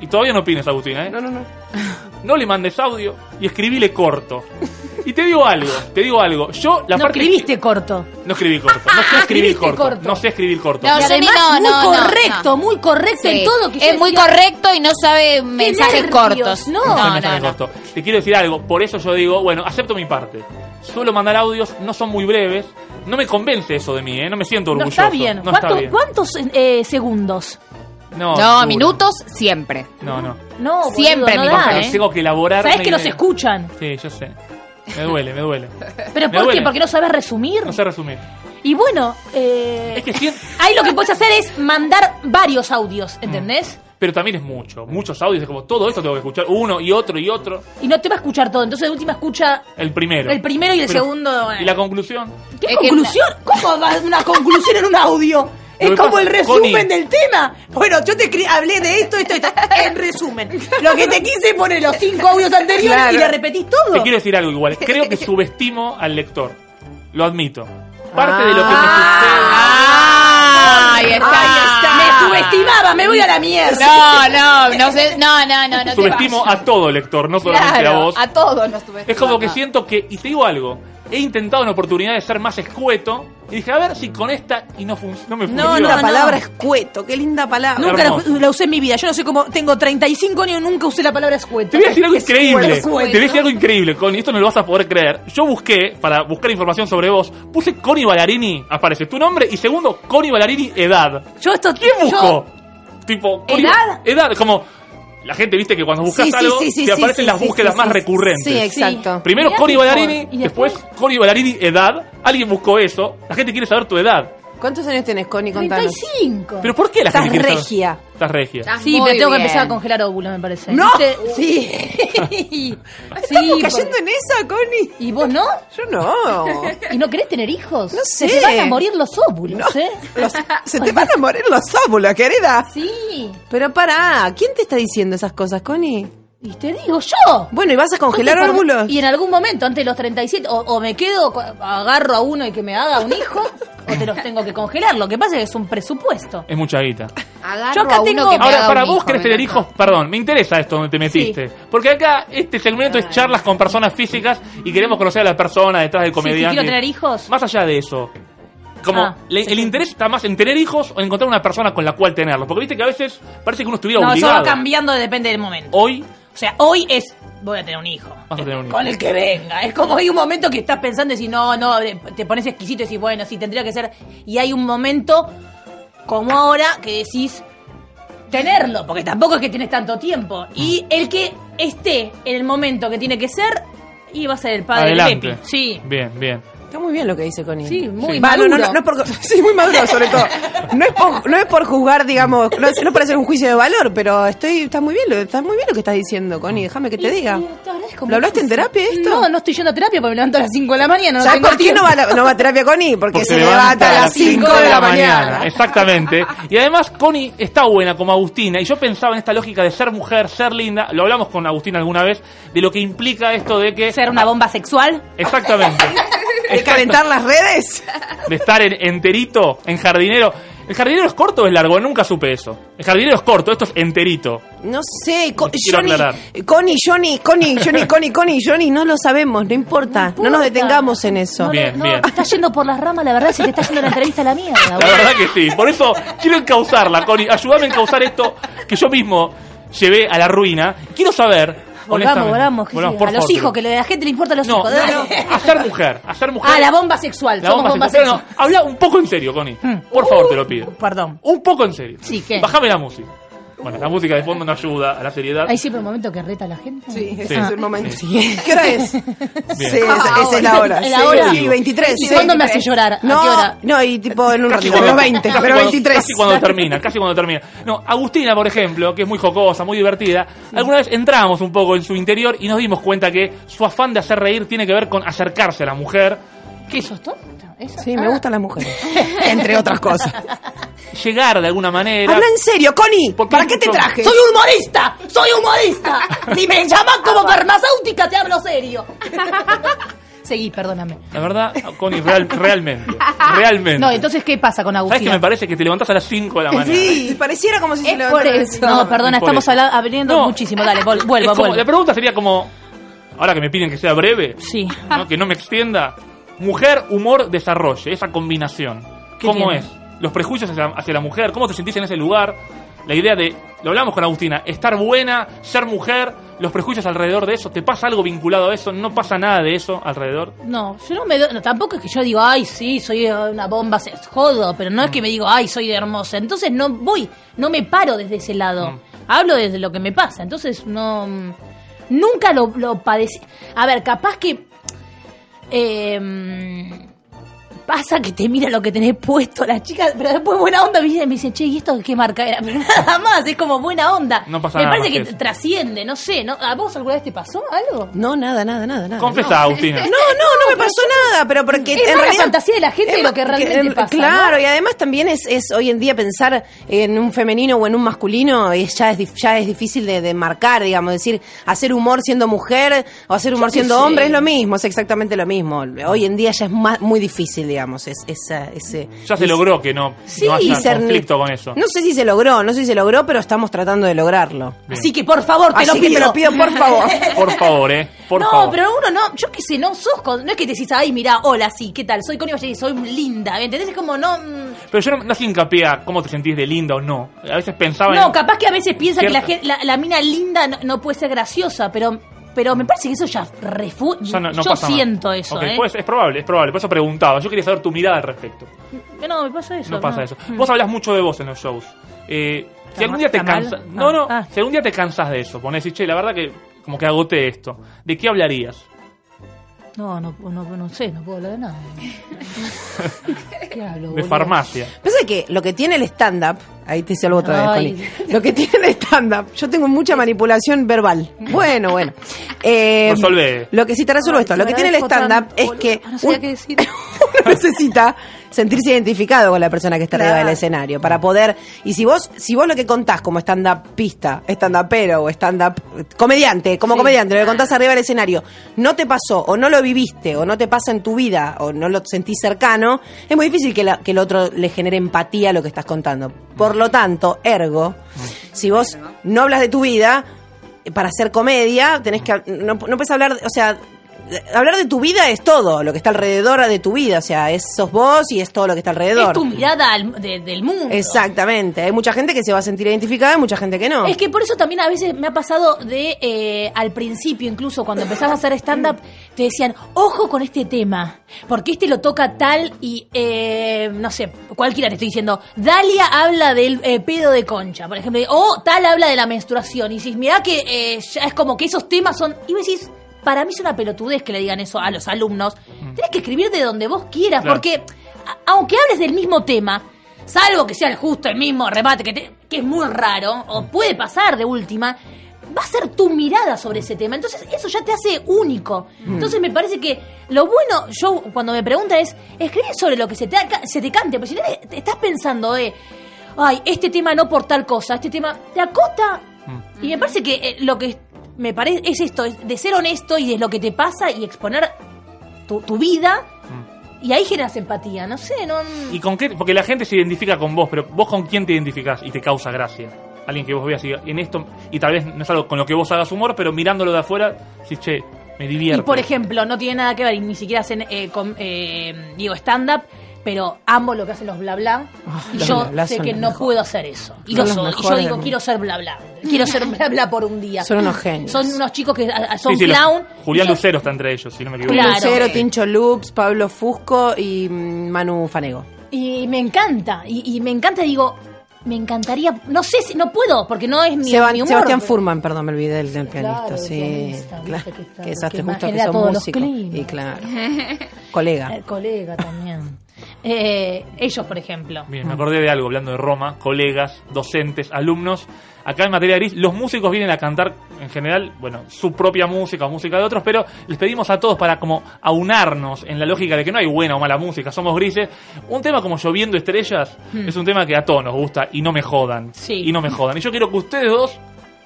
Speaker 2: Y todavía no opines, Agustina, ¿eh?
Speaker 3: No, no, no.
Speaker 2: (laughs) No le mandes audio y escribile corto. Y te digo algo, te digo algo. Yo la
Speaker 1: no
Speaker 2: parte.
Speaker 1: escribiste corto.
Speaker 2: No escribí corto. No sé escribir
Speaker 1: Escribiste
Speaker 2: corto.
Speaker 1: corto.
Speaker 2: No sé escribir corto.
Speaker 4: No,
Speaker 1: y
Speaker 4: yo ni-
Speaker 1: además,
Speaker 4: no,
Speaker 1: muy
Speaker 4: no, no,
Speaker 1: correcto,
Speaker 4: no.
Speaker 1: muy correcto en todo. Que yo
Speaker 4: es muy
Speaker 1: decía,
Speaker 4: correcto y no sabe mensajes
Speaker 1: nervios,
Speaker 4: cortos.
Speaker 1: no.
Speaker 2: No, no,
Speaker 4: no, no,
Speaker 2: no.
Speaker 4: no.
Speaker 2: Te quiero decir algo, por eso yo digo, bueno, acepto mi parte. Suelo mandar audios, no son muy breves. No me convence eso de mí, ¿eh? No me siento
Speaker 1: No
Speaker 2: orgulloso.
Speaker 1: está bien.
Speaker 2: No
Speaker 1: ¿Cuánto-
Speaker 2: está bien.
Speaker 1: ¿Cuántos eh, segundos?
Speaker 2: No,
Speaker 4: No,
Speaker 2: seguro.
Speaker 4: minutos siempre.
Speaker 2: No, no.
Speaker 1: No, boludo,
Speaker 4: Siempre,
Speaker 1: no
Speaker 4: mi
Speaker 1: da,
Speaker 4: Ah,
Speaker 2: Pero
Speaker 1: ¿eh?
Speaker 2: Tengo que elaborar.
Speaker 1: Sabés
Speaker 2: una
Speaker 1: que
Speaker 2: idea.
Speaker 1: nos escuchan.
Speaker 2: Sí, yo sé. Me duele, me duele.
Speaker 1: ¿Pero
Speaker 2: Me
Speaker 1: por
Speaker 2: duele.
Speaker 1: qué? ¿Porque no sabes resumir?
Speaker 2: No sé resumir.
Speaker 1: Y bueno, eh,
Speaker 2: Es que siento-
Speaker 1: ahí lo que puedes hacer es mandar varios audios, ¿entendés?
Speaker 2: Pero también es mucho. Muchos audios. Es como todo esto tengo que escuchar. Uno y otro y otro.
Speaker 1: Y no te va a escuchar todo. Entonces, de última escucha
Speaker 2: El primero.
Speaker 1: el primero y el
Speaker 2: Pero-
Speaker 1: segundo. eh.
Speaker 2: ¿Y la conclusión?
Speaker 1: ¿Qué
Speaker 4: Es que-
Speaker 1: conclusión? ¿Cómo va una conclusión en un audio?
Speaker 2: Lo que
Speaker 1: Es como
Speaker 2: pasa-
Speaker 1: el resumen
Speaker 2: Connie.
Speaker 1: del tema. Bueno, yo te escri- hablé de esto, esto, esto. En resumen, lo que te quise poner los cinco audios anteriores
Speaker 3: Claro.
Speaker 1: y le repetís todo.
Speaker 2: Te quiero decir algo
Speaker 1: (laughs)
Speaker 2: igual. Creo que subestimo al lector. Lo admito. Parte de lo que me
Speaker 4: Ah, ahí está.
Speaker 1: Me subestimaba, me voy a la mierda.
Speaker 4: No, no, no sé, no, no, no, no
Speaker 2: sucede.
Speaker 4: te
Speaker 2: Subestimo
Speaker 4: vayas.
Speaker 2: a todo lector, no solamente
Speaker 4: Claro,
Speaker 2: a vos.
Speaker 4: a todos nos subestimamos.
Speaker 2: Es como que siento que, y te digo algo, he intentado en oportunidades ser más escueto y dije, a ver si con esta y no, fun- no me
Speaker 3: No,
Speaker 2: funciona.
Speaker 3: no, la
Speaker 1: Ah, no.
Speaker 3: palabra escueto, qué linda palabra.
Speaker 2: No.
Speaker 1: Nunca la,
Speaker 2: Hermoso.
Speaker 1: la usé en mi vida. Yo no sé cómo. Tengo 35 años y nunca usé la palabra escueto.
Speaker 2: Te voy a decir algo
Speaker 1: Es
Speaker 2: increíble. Te
Speaker 1: escueto.
Speaker 2: voy a decir algo increíble, Connie. Esto no lo vas a poder creer. Yo busqué, para buscar información sobre vos, puse Connie Ballarini, aparece tu nombre, y segundo, Connie Ballarini, edad.
Speaker 1: Yo esto.
Speaker 2: ¿Quién
Speaker 1: yo-
Speaker 2: buscó? tipo.
Speaker 1: ¿Edad?
Speaker 2: Edad, como. La gente, viste, que cuando buscas
Speaker 3: Sí, sí,
Speaker 2: algo,
Speaker 3: sí, sí,
Speaker 2: te
Speaker 3: sí,
Speaker 2: aparecen
Speaker 3: sí,
Speaker 2: las
Speaker 3: sí,
Speaker 2: búsquedas
Speaker 3: sí,
Speaker 2: más
Speaker 3: sí.
Speaker 2: recurrentes.
Speaker 3: Sí, exacto.
Speaker 2: Primero
Speaker 1: Mirá
Speaker 2: Cori
Speaker 1: qué
Speaker 2: Ballarini,
Speaker 1: joven. ¿Y
Speaker 2: después Cori Ballarini, edad. Alguien buscó eso. La gente quiere saber tu edad.
Speaker 3: ¿Cuántos años tenés, Connie? Contanos.
Speaker 1: 35.
Speaker 2: ¿Pero por qué la
Speaker 3: Estás
Speaker 2: gente quiere saber?
Speaker 3: regia.
Speaker 2: Estás regia.
Speaker 1: Sí, pero tengo que empezar a congelar óvulos, me parece.
Speaker 3: ¡No!
Speaker 1: ¿Viste?
Speaker 3: Sí.
Speaker 1: (laughs) Sí.
Speaker 3: Estamos
Speaker 1: Sí,
Speaker 3: cayendo
Speaker 1: porque-
Speaker 3: en eso, Connie.
Speaker 1: ¿Y vos no?
Speaker 3: Yo no.
Speaker 1: ¿Y no querés tener hijos?
Speaker 3: No
Speaker 1: Se
Speaker 3: sé.
Speaker 1: te van a morir los óvulos, ¿eh?
Speaker 3: Los- se te van a morir los óvulos, querida.
Speaker 1: Sí.
Speaker 3: Pero pará, ¿quién te está diciendo esas cosas, Connie?
Speaker 1: Y te digo yo.
Speaker 3: Bueno, ¿y vas a congelar
Speaker 1: Entonces, por-
Speaker 3: óvulos?
Speaker 1: Y en algún momento, antes de los 37, o, o me quedo, co- agarro a uno y que me haga un hijo, o te los tengo que congelar. Lo que pasa es que es un presupuesto.
Speaker 2: Es mucha guita.
Speaker 4: Agarro
Speaker 1: Yo acá
Speaker 4: a uno
Speaker 1: tengo-
Speaker 4: que me
Speaker 2: Ahora,
Speaker 4: haga
Speaker 2: para
Speaker 4: un
Speaker 2: vos
Speaker 4: hijo,
Speaker 2: querés
Speaker 4: ven
Speaker 2: tener
Speaker 4: acá.
Speaker 2: hijos, perdón, me interesa esto donde te metiste. Porque acá este segmento
Speaker 1: Ah.
Speaker 2: es charlas con personas físicas y queremos conocer a la persona detrás del
Speaker 1: Si
Speaker 2: comediante.
Speaker 1: quiero tener hijos.
Speaker 2: Más allá de eso, como
Speaker 1: Ah,
Speaker 2: le- el interés está más en tener hijos o en encontrar una persona con la cual tenerlos. Porque viste que a veces parece que uno estuviera
Speaker 1: No, eso va
Speaker 2: obligado.
Speaker 1: cambiando, depende del momento.
Speaker 2: Hoy
Speaker 1: O sea, hoy es. Voy a tener un hijo.
Speaker 2: vas a tener un hijo.
Speaker 1: Con el que venga. Es como hay un momento que estás pensando y si no, no, te pones exquisito y decís, bueno, sí, tendría que ser. Y hay un momento, como ahora, que decís tenerlo, porque tampoco es que tienes tanto tiempo.
Speaker 2: Mm.
Speaker 1: Y el que esté en el momento que tiene que ser, y va a ser el padre
Speaker 2: Adelante.
Speaker 1: de Pepi. Sí.
Speaker 2: Bien, bien.
Speaker 3: Está muy bien lo que dice Connie.
Speaker 1: Sí, muy
Speaker 3: Va, no, no,
Speaker 1: maduro.
Speaker 3: no, no es por, (laughs) sí, muy maduro sobre todo. No es por, no es por juzgar, digamos, no es, no es para hacer un juicio de valor, pero estoy, está muy bien, lo, está muy bien lo que estás diciendo, Connie. Déjame que te diga.
Speaker 1: Y- y te agradezco
Speaker 3: ¿Lo hablaste en
Speaker 1: muchísimo.
Speaker 3: terapia esto?
Speaker 1: No, no estoy yendo a terapia porque me levanto a las 5 de la mañana. No
Speaker 3: ¿Sabes
Speaker 1: tengo
Speaker 3: por qué
Speaker 1: tiempo.
Speaker 3: no va, a la- no va a terapia Connie? Porque, se levanta a las 5 de la mañana.
Speaker 2: Exactamente. Y además, Connie está buena como Agustina. Y yo pensaba en esta lógica de ser mujer, ser linda. Lo hablamos con Agustina alguna vez. De lo que implica esto de que.
Speaker 1: Ser una bomba sexual. (laughs)
Speaker 2: Exactamente.
Speaker 3: ¿De
Speaker 2: Exacto.
Speaker 3: calentar las redes?
Speaker 2: De estar en- enterito, en jardinero. ¿El jardinero es corto o es largo? Nunca supe eso. El jardinero es corto, esto es enterito.
Speaker 3: No sé, Co-
Speaker 2: Quiero
Speaker 3: Johnny,
Speaker 2: aclarar.
Speaker 3: Connie, Johnny, Connie, Johnny, Connie, Connie, Johnny, no lo sabemos, no importa, no, nos
Speaker 1: importa.
Speaker 3: detengamos en eso.
Speaker 1: No, le-
Speaker 2: Bien,
Speaker 1: no,
Speaker 2: bien.
Speaker 1: te estás yendo por las ramas, la verdad, se te
Speaker 2: (laughs)
Speaker 1: está yendo la entrevista a la mierda.
Speaker 2: La
Speaker 1: boludo.
Speaker 2: verdad que sí. Por eso quiero encauzarla, Connie. Ayúdame a encauzar esto que yo mismo llevé a la ruina. Quiero saber.
Speaker 1: Volvamos,
Speaker 2: honestamente.
Speaker 1: volvamos. que
Speaker 2: Volvamos,
Speaker 1: sí,
Speaker 2: por
Speaker 1: a los
Speaker 2: favor,
Speaker 1: hijos,
Speaker 2: pero-
Speaker 1: que a la gente le importa a los
Speaker 2: No,
Speaker 1: hijos.
Speaker 2: no,
Speaker 1: dale.
Speaker 2: no. A ser mujer. A ser mujer.
Speaker 1: Ah, la bomba sexual.
Speaker 2: La
Speaker 1: Somos
Speaker 2: bomba
Speaker 1: bombas
Speaker 2: sexual. No,
Speaker 1: sexuales.
Speaker 2: no, habla un poco en serio, Connie. Por favor, te lo pido.
Speaker 1: Perdón.
Speaker 2: Un poco en serio.
Speaker 1: Sí, ¿qué?
Speaker 2: Bájame la música. Bueno, la música de fondo no ayuda a la seriedad.
Speaker 1: Hay siempre un momento que reta a la gente.
Speaker 3: Sí, ese
Speaker 2: Sí.
Speaker 3: es el momento.
Speaker 1: Sí.
Speaker 3: ¿Qué hora es? Sí,
Speaker 2: Bien.
Speaker 3: esa, esa es la hora.
Speaker 1: Es la hora.
Speaker 3: Sí, 23.
Speaker 1: ¿Y
Speaker 3: sí.
Speaker 1: cuándo me hace llorar? ¿A
Speaker 3: No,
Speaker 1: qué hora?
Speaker 3: no, y tipo en un
Speaker 2: Casi
Speaker 3: ratito,
Speaker 2: cuando-
Speaker 3: pero 20,
Speaker 2: casi
Speaker 3: pero
Speaker 2: cuando-
Speaker 3: 23.
Speaker 2: Casi cuando termina, casi cuando termina. No, Agustina, por ejemplo, que es muy jocosa, muy divertida, alguna vez entramos un poco en su interior y nos dimos cuenta que su afán de hacer reír tiene que ver con acercarse a la mujer,
Speaker 1: ¿Qué sos tonta? ah. ¿Eso?
Speaker 3: Sí, me gustan las mujeres, (laughs) entre otras cosas.
Speaker 2: llegar de alguna manera.
Speaker 3: Habla en serio, Connie,
Speaker 2: ¿Por qué
Speaker 3: ¿para qué te
Speaker 2: no?
Speaker 3: traje?
Speaker 1: ¡Soy humorista! ¡Soy humorista! Si me llaman como farmacéutica, te hablo serio. (laughs) Seguí, perdóname.
Speaker 2: La verdad, Connie, real-
Speaker 1: (laughs)
Speaker 2: realmente. Realmente.
Speaker 1: No, entonces, ¿qué pasa con
Speaker 2: ¿Sabes que
Speaker 1: Agustina?
Speaker 2: me parece que te levantás a las 5 de la mañana?
Speaker 3: Sí, pareciera como si se
Speaker 4: Es por
Speaker 3: levantara-
Speaker 4: eso.
Speaker 1: No, perdona,
Speaker 2: Es por
Speaker 1: estamos
Speaker 2: eso.
Speaker 1: habla- abriendo
Speaker 2: No.
Speaker 1: muchísimo. Dale, vol-
Speaker 2: Es
Speaker 1: vuelvo,
Speaker 2: como- La
Speaker 1: vuelvo.
Speaker 2: pregunta sería como, ahora que me piden que sea breve,
Speaker 1: Sí. Ah.
Speaker 2: ¿no? que no me extienda, mujer, humor, desarrolle, esa combinación.
Speaker 1: ¿Qué
Speaker 2: ¿Cómo
Speaker 1: tiene?
Speaker 2: es? Los prejuicios hacia, hacia la mujer, ¿cómo te sentís en ese lugar? La idea de, lo hablamos con Agustina, estar buena, ser mujer, los prejuicios alrededor de eso, ¿te pasa algo vinculado a eso? ¿No pasa nada de eso alrededor?
Speaker 1: No, yo no me doy, no, tampoco es que yo digo, ay, sí, soy una bomba, se- jodo, pero no es que me digo, ay, soy hermosa. Entonces no voy, no me paro desde ese lado.
Speaker 2: Mm.
Speaker 1: Hablo desde lo que me pasa. Entonces no. Nunca lo, lo padecí. A ver, capaz que. eh, pasa que te mira lo que tenés puesto las chicas, pero después buena onda me dice, me dice, che, ¿y esto de qué marca era? (laughs) Pero nada más, es como buena onda.
Speaker 2: No pasa
Speaker 1: me
Speaker 2: nada
Speaker 1: parece
Speaker 2: más
Speaker 1: que
Speaker 2: que eso.
Speaker 1: trasciende, no sé, ¿no? ¿A vos alguna vez te pasó algo?
Speaker 3: No, nada, nada, nada,
Speaker 1: Ah,
Speaker 3: nada.
Speaker 2: Confesá,
Speaker 1: (laughs)
Speaker 2: Agustina.
Speaker 3: No, no, no me pasó nada, pero porque
Speaker 1: Es más la fantasía de la gente
Speaker 3: es
Speaker 1: de lo
Speaker 3: más-
Speaker 1: que realmente
Speaker 3: en-
Speaker 1: pasa,
Speaker 3: Em, Claro,
Speaker 1: ¿no?
Speaker 3: y además también es, es hoy en día pensar en un femenino o en un masculino es, ya es dif- ya es difícil de, de marcar, digamos, decir hacer humor siendo mujer o hacer humor siendo hombre es lo mismo, es exactamente lo mismo. Hoy en día ya es más, muy difícil, digamos, es esa ese
Speaker 2: Ya se
Speaker 3: es-
Speaker 2: logró que no,
Speaker 3: Sí,
Speaker 2: no haya
Speaker 3: ser-
Speaker 2: conflicto con eso.
Speaker 3: No sé si se logró, no sé si se logró, pero estamos tratando de lograrlo.
Speaker 2: Bien.
Speaker 1: Así que por favor, te
Speaker 3: Así
Speaker 1: lo
Speaker 3: que
Speaker 1: pido.
Speaker 3: te lo pido por (laughs) favor.
Speaker 1: (laughs)
Speaker 2: Por favor, ¿eh? Por
Speaker 1: no,
Speaker 2: favor.
Speaker 1: pero uno no, yo qué sé, no sos, con- no es que te decís, ay, mira, hola, sí, ¿qué tal? Soy Connie Valle, soy linda, ¿me entendés? Es como no... mm,
Speaker 2: Pero yo no, no hacía hincapié a cómo te sentís de linda o no. A veces pensaba
Speaker 1: No,
Speaker 2: en...
Speaker 1: capaz que a veces piensa que la,
Speaker 2: Cierto.
Speaker 1: gen- la, la mina linda no, no puede ser graciosa, pero pero me parece que eso ya refu
Speaker 2: Ya no- no
Speaker 1: Yo
Speaker 2: pasa más.
Speaker 1: siento eso,
Speaker 2: Ok,
Speaker 1: ¿eh?
Speaker 2: pues, es probable, es probable. Por eso preguntaba. Yo quería saber tu mirada al respecto.
Speaker 1: No, me pasa eso.
Speaker 2: No pasa eso. Vos hablas mucho de vos en los shows. Eh, Si algún día te
Speaker 1: ¿Está mal?
Speaker 2: cansas.
Speaker 1: Ah.
Speaker 2: No, no.
Speaker 1: Ah.
Speaker 2: Si algún día te cansas de eso, pones, che, la verdad que como que agoté esto. ¿De qué hablarías?
Speaker 1: No, no, no, no sé, no puedo hablar de
Speaker 2: (laughs)
Speaker 1: nada. ¿Qué hablo,
Speaker 2: De
Speaker 1: boludo?
Speaker 2: farmacia.
Speaker 3: Pasa que lo que tiene el stand-up, ahí te hice algo otra
Speaker 1: Ay.
Speaker 3: vez, Connie. Lo que tiene el stand-up, yo tengo mucha manipulación verbal. Bueno, bueno. Eh,
Speaker 2: Resolvé.
Speaker 3: Lo que sí te resuelvo
Speaker 1: Ay,
Speaker 3: esto,
Speaker 1: te
Speaker 3: lo que tiene el
Speaker 1: agradezco
Speaker 3: stand-up
Speaker 1: tanto,
Speaker 3: es
Speaker 1: boludo. Ah,
Speaker 3: que
Speaker 1: No sabía
Speaker 3: un-
Speaker 1: qué decir.
Speaker 3: (laughs) uno necesita sentirse identificado con la persona que está arriba
Speaker 1: Claro.
Speaker 3: del escenario para poder y si vos si vos lo que contás como stand up pista stand upero o stand up comediante como comediante lo que contás arriba del escenario no te pasó o no lo viviste o no te pasa en tu vida o no lo sentís cercano es muy difícil que, la- que el otro le genere empatía a lo que estás contando por lo tanto ergo si vos no hablas de tu vida para hacer comedia tenés que no, no puedes hablar o sea hablar de tu vida es todo lo que está alrededor de tu vida o sea es sos vos y es todo lo que está alrededor
Speaker 1: Es tu mirada al- de- del mundo.
Speaker 3: Exactamente. Hay mucha gente que se va a sentir identificada y mucha gente que no.
Speaker 1: Es que por eso también a veces me ha pasado de eh, al principio, incluso cuando empezás a hacer stand-up, te decían, ojo con este tema, porque este lo toca tal y, eh, no sé, cualquiera te estoy diciendo, Dalia habla del eh, pedo de concha, por ejemplo, o tal habla de la menstruación, y dices, mirá que eh, ya es como que esos temas son, y vos decís, para mí es una pelotudez que le digan eso a los alumnos,
Speaker 3: Mm.
Speaker 1: tenés que escribir de donde vos quieras,
Speaker 2: Claro.
Speaker 1: porque a- aunque hables del mismo tema, salvo que sea el justo el mismo remate, que, te- que es muy raro, o puede pasar de última, va a ser tu mirada sobre ese tema. Entonces, eso ya te hace único. Entonces, me parece que lo bueno, yo cuando me pregunta es, escribir sobre lo que se te, aca- se te cante, porque si no te- te estás pensando de, ay, este tema no por tal cosa, este tema te acota.
Speaker 2: Mm.
Speaker 1: Y me parece que eh, lo que me parece es esto, es de ser honesto y de lo que te pasa y exponer tu, tu vida.
Speaker 3: Mm.
Speaker 1: Y ahí generas empatía, no sé, no...
Speaker 2: ¿Y con qué? Porque la gente se identifica con vos, pero vos con quién te identificás y te causa gracia. Alguien que vos veas y diga, en esto, y tal vez no es algo con lo que vos hagas humor, pero mirándolo de afuera, si che, me divierto.
Speaker 1: Y por ejemplo, no tiene nada que ver, y ni siquiera hacen, eh, com- eh, digo, stand-up, pero amo lo que hacen los bla bla. y
Speaker 3: Ah, los
Speaker 1: yo
Speaker 3: bla bla
Speaker 1: sé
Speaker 3: son
Speaker 1: que
Speaker 3: los
Speaker 1: no
Speaker 3: mejores.
Speaker 1: puedo hacer eso. Y,
Speaker 3: Son
Speaker 1: lo soy. Y
Speaker 3: los
Speaker 1: yo
Speaker 3: mejores del
Speaker 1: digo,
Speaker 3: mundo.
Speaker 1: quiero ser bla bla. Quiero
Speaker 3: (laughs)
Speaker 1: ser bla bla por un día.
Speaker 3: Son unos genios.
Speaker 1: Son unos chicos que ah, ah,
Speaker 2: Sí,
Speaker 1: son
Speaker 2: sí, los-
Speaker 1: clown. Y
Speaker 2: Julián
Speaker 1: son-
Speaker 2: Lucero está entre ellos, si no me equivoco.
Speaker 1: Claro.
Speaker 3: Lucero, Tincho Loops, Pablo Fusco y mm, Manu Fanego.
Speaker 1: Y me encanta. Y, y me encanta, digo, me encantaría. No sé si no puedo, porque no es mi,
Speaker 3: Seba-
Speaker 1: mi humor.
Speaker 3: Sebastián
Speaker 1: pero-
Speaker 3: Furman, perdón, me olvidé del, del pianista.
Speaker 1: Claro,
Speaker 3: sí,
Speaker 1: el pianista, viste
Speaker 3: claro.
Speaker 1: que está-
Speaker 3: Qué desastre,
Speaker 1: que
Speaker 3: justo que
Speaker 1: genera
Speaker 3: son
Speaker 1: todos los
Speaker 3: músicos.
Speaker 1: climas.
Speaker 3: Y claro.
Speaker 1: (laughs)
Speaker 3: Colega.
Speaker 1: El colega también. Eh, ellos, por ejemplo.
Speaker 2: Bien, me acordé de algo, hablando de Roma, colegas, docentes, alumnos. Acá en materia gris, los músicos vienen a cantar en general, bueno, su propia música o música de otros, pero les pedimos a todos para como aunarnos en la lógica de que no hay buena o mala música, somos grises. Un tema como lloviendo estrellas es un tema que a todos nos gusta y no me jodan.
Speaker 1: Hmm. Sí.
Speaker 2: Y no me jodan. Y yo quiero que ustedes dos,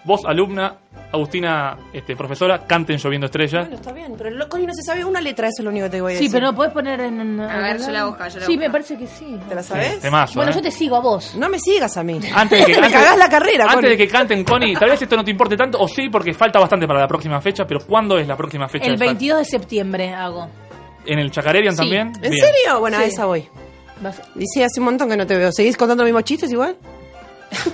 Speaker 2: vos alumna, Agustina, este, profesora, canten lloviendo estrellas.
Speaker 3: Bueno, está bien, pero lo- Connie no se sabe una letra, eso es lo único que te voy a
Speaker 1: Sí,
Speaker 3: decir.
Speaker 1: pero no podés poner en. en-
Speaker 10: A ver, yo la busco, yo la
Speaker 1: Sí,
Speaker 10: busco.
Speaker 1: me parece que sí.
Speaker 3: ¿Te la sabes?
Speaker 2: Temazo,
Speaker 1: Bueno,
Speaker 2: ¿eh?
Speaker 1: yo te sigo a vos.
Speaker 3: No me sigas a mí. Ah,
Speaker 2: Antes
Speaker 1: (laughs)
Speaker 2: de que,
Speaker 3: Me
Speaker 2: antes de-
Speaker 3: cagás la carrera,
Speaker 2: Antes
Speaker 3: Connie.
Speaker 2: de que canten, Connie, tal vez esto no te importe tanto, o sí, porque falta bastante para la próxima fecha, pero ¿cuándo es la próxima fecha?
Speaker 1: El
Speaker 2: del
Speaker 1: 22 de septiembre hago.
Speaker 2: festival? ¿En el Chacarerian
Speaker 1: Sí.
Speaker 2: también?
Speaker 3: ¿En
Speaker 2: Bien.
Speaker 3: serio? Bueno, a esa voy.
Speaker 1: Vas-
Speaker 3: Y sí, hace un montón que no te veo. ¿Seguís contando los mismos chistes igual?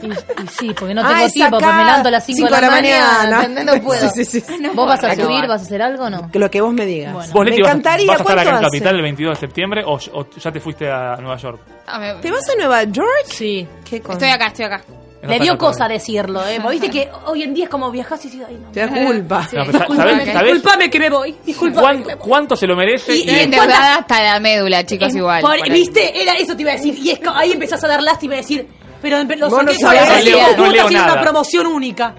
Speaker 1: Y, y sí, porque (laughs) no
Speaker 3: Ah,
Speaker 1: tengo
Speaker 3: es
Speaker 1: tiempo,
Speaker 3: acá,
Speaker 1: porque me levanto a las 5
Speaker 3: cinco
Speaker 1: de la, mañana. (laughs) ¿entendés? No puedo.
Speaker 3: (laughs) Sí, sí, sí.
Speaker 1: ¿Vos vas a
Speaker 3: Acá
Speaker 1: subir,
Speaker 3: va.
Speaker 1: vas a hacer algo o no?
Speaker 3: Que Lo que vos me digas.
Speaker 1: Bueno.
Speaker 2: ¿Vos, Leti,
Speaker 3: me
Speaker 2: vas a-
Speaker 3: encantaría.
Speaker 2: vas a estar acá en
Speaker 3: ¿cuánto hace?
Speaker 2: Capital el 22 de septiembre o, o ya te fuiste a Nueva York?
Speaker 10: Ah, me-
Speaker 3: ¿Te vas a Nueva York?
Speaker 1: Sí.
Speaker 3: ¿Qué con-
Speaker 10: Estoy acá, estoy acá.
Speaker 1: Le dio cosa decirlo, ¿eh? Porque Viste que hoy en día es como viajás y decís, ay, no.
Speaker 3: Te da culpa.
Speaker 2: No, pero sa-
Speaker 10: Disculpame,
Speaker 2: ¿sabés-
Speaker 1: Disculpame que me voy.
Speaker 2: ¿Cuán-
Speaker 1: Disculpame. que me voy.
Speaker 2: ¿Cuánto se lo merece?
Speaker 10: Y endeudada hasta la médula, chicos,
Speaker 1: En-
Speaker 10: igual.
Speaker 1: por-
Speaker 10: por ahí.
Speaker 1: ¿Viste? Era eso te iba a decir. Y es que ahí empezás a dar lástima y decir, pero empe- lo
Speaker 3: Vos no
Speaker 1: saqué
Speaker 3: sabés.
Speaker 1: para
Speaker 3: No
Speaker 1: decir,
Speaker 2: leo- no
Speaker 1: puta,
Speaker 2: leo
Speaker 1: tiene
Speaker 2: nada.
Speaker 1: una promoción única.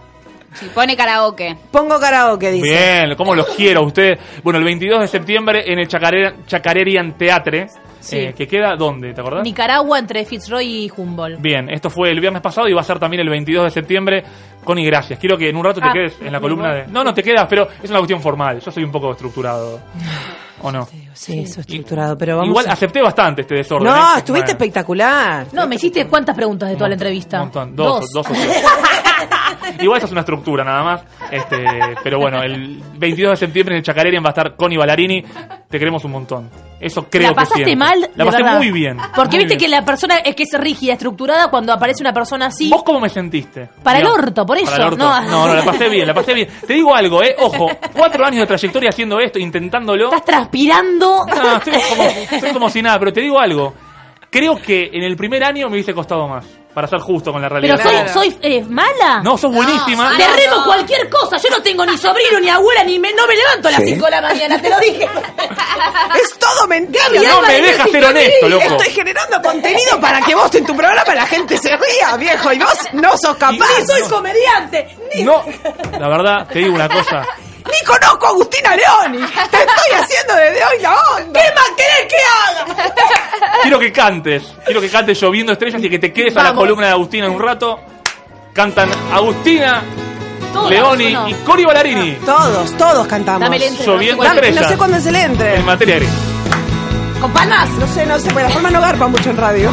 Speaker 10: Sí, pone karaoke.
Speaker 3: Pongo karaoke, dice.
Speaker 2: Bien, ¿cómo los quiero a ustedes? Bueno, el 22 de septiembre en el Chacarera- Chacarerian Teatre,
Speaker 1: Sí.
Speaker 2: eh, que queda ¿dónde? ¿Te acordás?
Speaker 1: Nicaragua entre Fitzroy y Humboldt.
Speaker 2: Bien, esto fue el viernes pasado y va a ser también el 22 de septiembre. Connie, gracias. Quiero que en un rato te
Speaker 1: Ah,
Speaker 2: quedes en la
Speaker 1: me
Speaker 2: columna
Speaker 1: voy.
Speaker 2: de... No, no, te quedas, pero es una cuestión formal. Yo soy un poco estructurado. ¿O no?
Speaker 3: Sí, eso es estructurado, pero vamos.
Speaker 2: Igual
Speaker 3: a-
Speaker 2: acepté bastante este desorden. ¿eh?
Speaker 3: No, estuviste
Speaker 2: Bueno,
Speaker 3: espectacular.
Speaker 1: No, me hiciste cuántas preguntas de toda la
Speaker 2: un
Speaker 1: entrevista.
Speaker 2: montón, dos,
Speaker 1: (laughs)
Speaker 2: dos o tres. Igual esa es una estructura nada más. Este, pero bueno, el 22 de septiembre en el Chacarerian va a estar Connie Ballarini. Te queremos un montón. Eso creo
Speaker 1: la pasaste
Speaker 2: que siento.
Speaker 1: mal. de
Speaker 2: La pasé
Speaker 1: verdad.
Speaker 2: muy bien.
Speaker 1: Porque
Speaker 2: muy
Speaker 1: viste
Speaker 2: bien.
Speaker 1: que la persona es que es rígida, estructurada, cuando aparece una persona así.
Speaker 2: ¿Vos cómo me sentiste?
Speaker 1: Para el
Speaker 2: Digo,
Speaker 1: orto, por
Speaker 2: para
Speaker 1: eso,
Speaker 2: el orto.
Speaker 1: no.
Speaker 2: No, no, la pasé bien, la pasé bien. Te digo algo, ¿eh? Ojo, cuatro años de trayectoria haciendo esto, intentándolo. (laughs)
Speaker 1: Estás transpirando.
Speaker 2: Ah, No, estoy como, estoy como si nada, pero te digo algo. Creo que en el primer año me hubiese costado más, para ser justo con la realidad.
Speaker 1: (laughs) Pero soy, soy eh, mala.
Speaker 2: No, sos buenísima.
Speaker 1: Le remo cualquier cosa. Yo no tengo ni sobrino, ni abuela, ni me- no me levanto a las
Speaker 7: Sí.
Speaker 1: 5 de la mañana, te lo dije.
Speaker 3: Es todo mentira.
Speaker 2: No me dejas ser honesto, loco.
Speaker 3: Estoy generando contenido para que vos en tu programa la gente se ría, viejo. Y vos no sos capaz.
Speaker 1: Ni soy comediante, ni,
Speaker 2: No, la verdad, te digo una cosa.
Speaker 3: Ni conozco a Agustina Leoni. Te estoy haciendo desde hoy la onda. ¿Qué más querés que haga?
Speaker 2: Quiero que cantes. Quiero que cantes lloviendo estrellas y que te quedes a la
Speaker 1: Vamos.
Speaker 2: columna de Agustina en un rato. Cantan Agustina,
Speaker 1: Todas,
Speaker 2: Leoni
Speaker 1: ¿o no?
Speaker 2: y Cori Ballarini.
Speaker 3: Todos, todos cantamos.
Speaker 1: Dame el entre. no
Speaker 2: Lloviendo
Speaker 1: sé
Speaker 3: Dame,
Speaker 2: estrellas.
Speaker 3: no sé cuándo es el entre.
Speaker 2: En materia gris.
Speaker 3: Con panas. No sé, no sé. Pues la forma no garpa mucho en radio.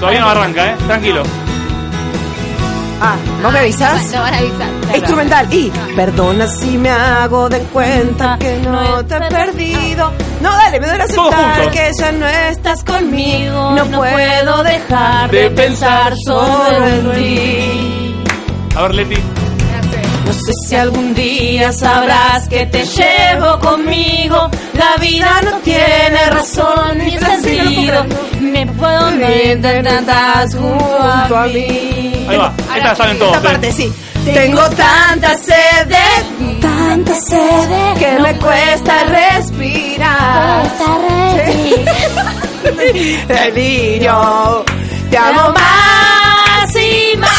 Speaker 2: Todavía no arranca, ¿eh? Tranquilo.
Speaker 3: Ah, ¿vos me avisás?
Speaker 10: Lo van a avisar.
Speaker 3: Instrumental y perdona si me hago de cuenta que no te he perdido. No, dale, me duele
Speaker 2: Todos
Speaker 3: aceptar
Speaker 2: juntos.
Speaker 3: que ya no estás conmigo.
Speaker 1: No puedo dejar de pensar solo en ti.
Speaker 2: A ver, Leti.
Speaker 3: No sé si algún día
Speaker 1: Ya sabrás que te llevo conmigo. La vida no tiene razón ni sentido. Me puedo meter tantas junto a mí.
Speaker 2: Ahí va. Esta la saben todos.
Speaker 3: esta parte
Speaker 2: ¿eh?
Speaker 3: sí.
Speaker 1: Tengo tanta sed de ti,
Speaker 11: Tanta sed
Speaker 1: que me cuesta respirar.
Speaker 3: Delirio. Te amo más.
Speaker 1: más y
Speaker 3: ¡Vamos!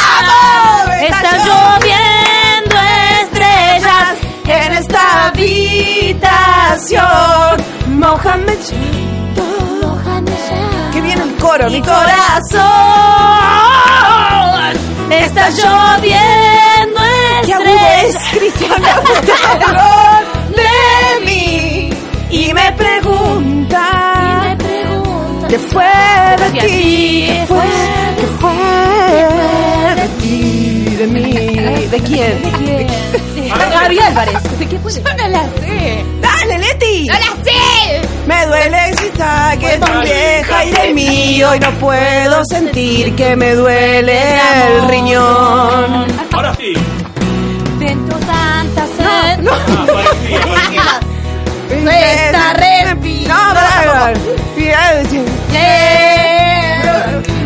Speaker 1: más.
Speaker 3: Está
Speaker 1: Está lloviendo estrellas en esta habitación. Mojame
Speaker 3: Qué bien el coro,
Speaker 1: mi
Speaker 3: mi
Speaker 1: corazón. Está lloviendo
Speaker 3: Qué agudo es,
Speaker 1: estrellas
Speaker 3: Cristiana, por favor.
Speaker 1: de mí.
Speaker 3: Y me pregunta. ¿Qué fue de ti? ¿Qué fue? ¿Qué fue de ti? De mí. (laughs) ¿De quién?
Speaker 1: Javi Álvarez. ¿Qué fue?
Speaker 3: ¡Dale, Leti!
Speaker 10: ¡Hola, sí!
Speaker 3: Me duele existir que tu vieja y de mí hoy no puedo sentir que me duele el riñón.
Speaker 2: Ahora sí.
Speaker 11: Dentro tanta sed
Speaker 2: Ah, parecía, parecía.
Speaker 3: Esta respira. No, pará, pará.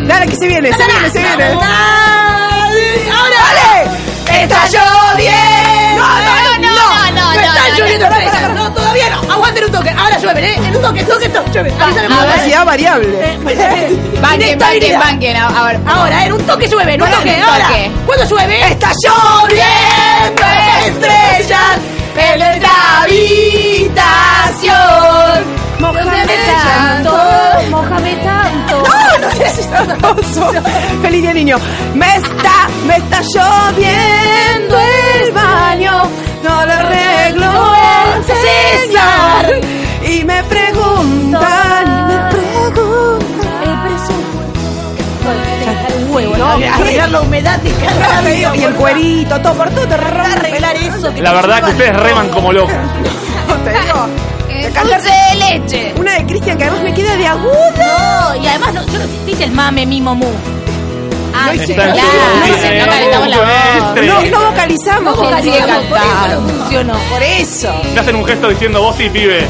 Speaker 3: Dale, que se viene, se viene, se viene. ¡Ahora! ¡Dale! ¡Está lloviendo!
Speaker 10: No, no, no, no,
Speaker 3: Me
Speaker 10: no,
Speaker 3: está
Speaker 10: no,
Speaker 3: lloviendo,
Speaker 10: no,
Speaker 3: pará, pará, pará.
Speaker 1: No, todavía no. Aguanten un toque. Ahora llueve, ¿eh? En un toque, toque, toque. Llueve. Avísame por favor.
Speaker 3: Velocidad variable.
Speaker 10: Banquen, banquen, banquen. A a ver.
Speaker 1: Ahora, en un toque llueve, en un
Speaker 10: Ahora,
Speaker 1: toque,
Speaker 10: en un
Speaker 1: ahora.
Speaker 10: toque.
Speaker 1: ¿Cuándo llueve? Está lloviendo estrellas en nuestra habitación.
Speaker 3: Mojame tanto.
Speaker 11: Mojame tanto
Speaker 1: ¡Ah!
Speaker 3: No, no es hermoso. (laughs) Feliz día, niño. Me está, me está lloviendo el baño. No lo arreglo al cesar. Y me preguntan, y me preguntan.
Speaker 1: No, arreglar la humedad de cada
Speaker 3: No, te digo, Y el cuerito, todo por todo, te arreglar eso.
Speaker 2: La verdad que ustedes reman como locos.
Speaker 3: Te digo,
Speaker 10: Eh,
Speaker 3: Canta-
Speaker 10: Dulce de leche.
Speaker 3: una de Cristian que además me queda de agudo.
Speaker 1: No, y además no, yo no dice el mame mimo mu.
Speaker 10: Ah,
Speaker 2: Está
Speaker 10: sí,
Speaker 2: en
Speaker 10: claro.
Speaker 2: su-
Speaker 10: Sí, No calentamos la voz.
Speaker 2: Este.
Speaker 3: No, no vocalizamos.
Speaker 10: Sigue cantando.
Speaker 1: Funcionó.
Speaker 3: Por eso.
Speaker 2: Me hacen un gesto diciendo, vos sí, pibe.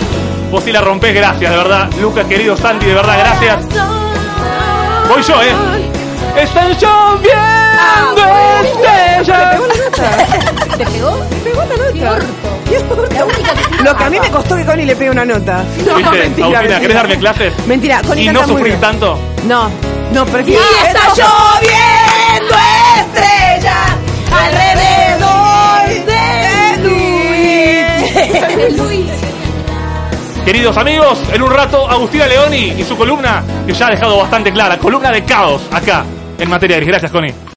Speaker 2: Vos sí la rompés, gracias, de verdad. Lucas, querido Santi, de verdad, gracias. Voy yo, ¿eh? Están lloviendo estrellas.
Speaker 3: Lo que a mí me costó que Connie le pegue una nota.
Speaker 1: (laughs)
Speaker 3: No,
Speaker 2: ¿Viste, Agustina, ¿querés darme clases?
Speaker 3: Mentira, Connie
Speaker 2: Y no
Speaker 3: canta muy
Speaker 2: sufrir
Speaker 3: bien.
Speaker 2: tanto.
Speaker 3: No, no, prefiero.
Speaker 1: Está lloviendo estrellas alrededor de
Speaker 2: Queridos amigos, en un rato Agustina Leoni y su columna, que ya ha dejado bastante clara, columna de caos acá en materia de gris. Gracias, Connie.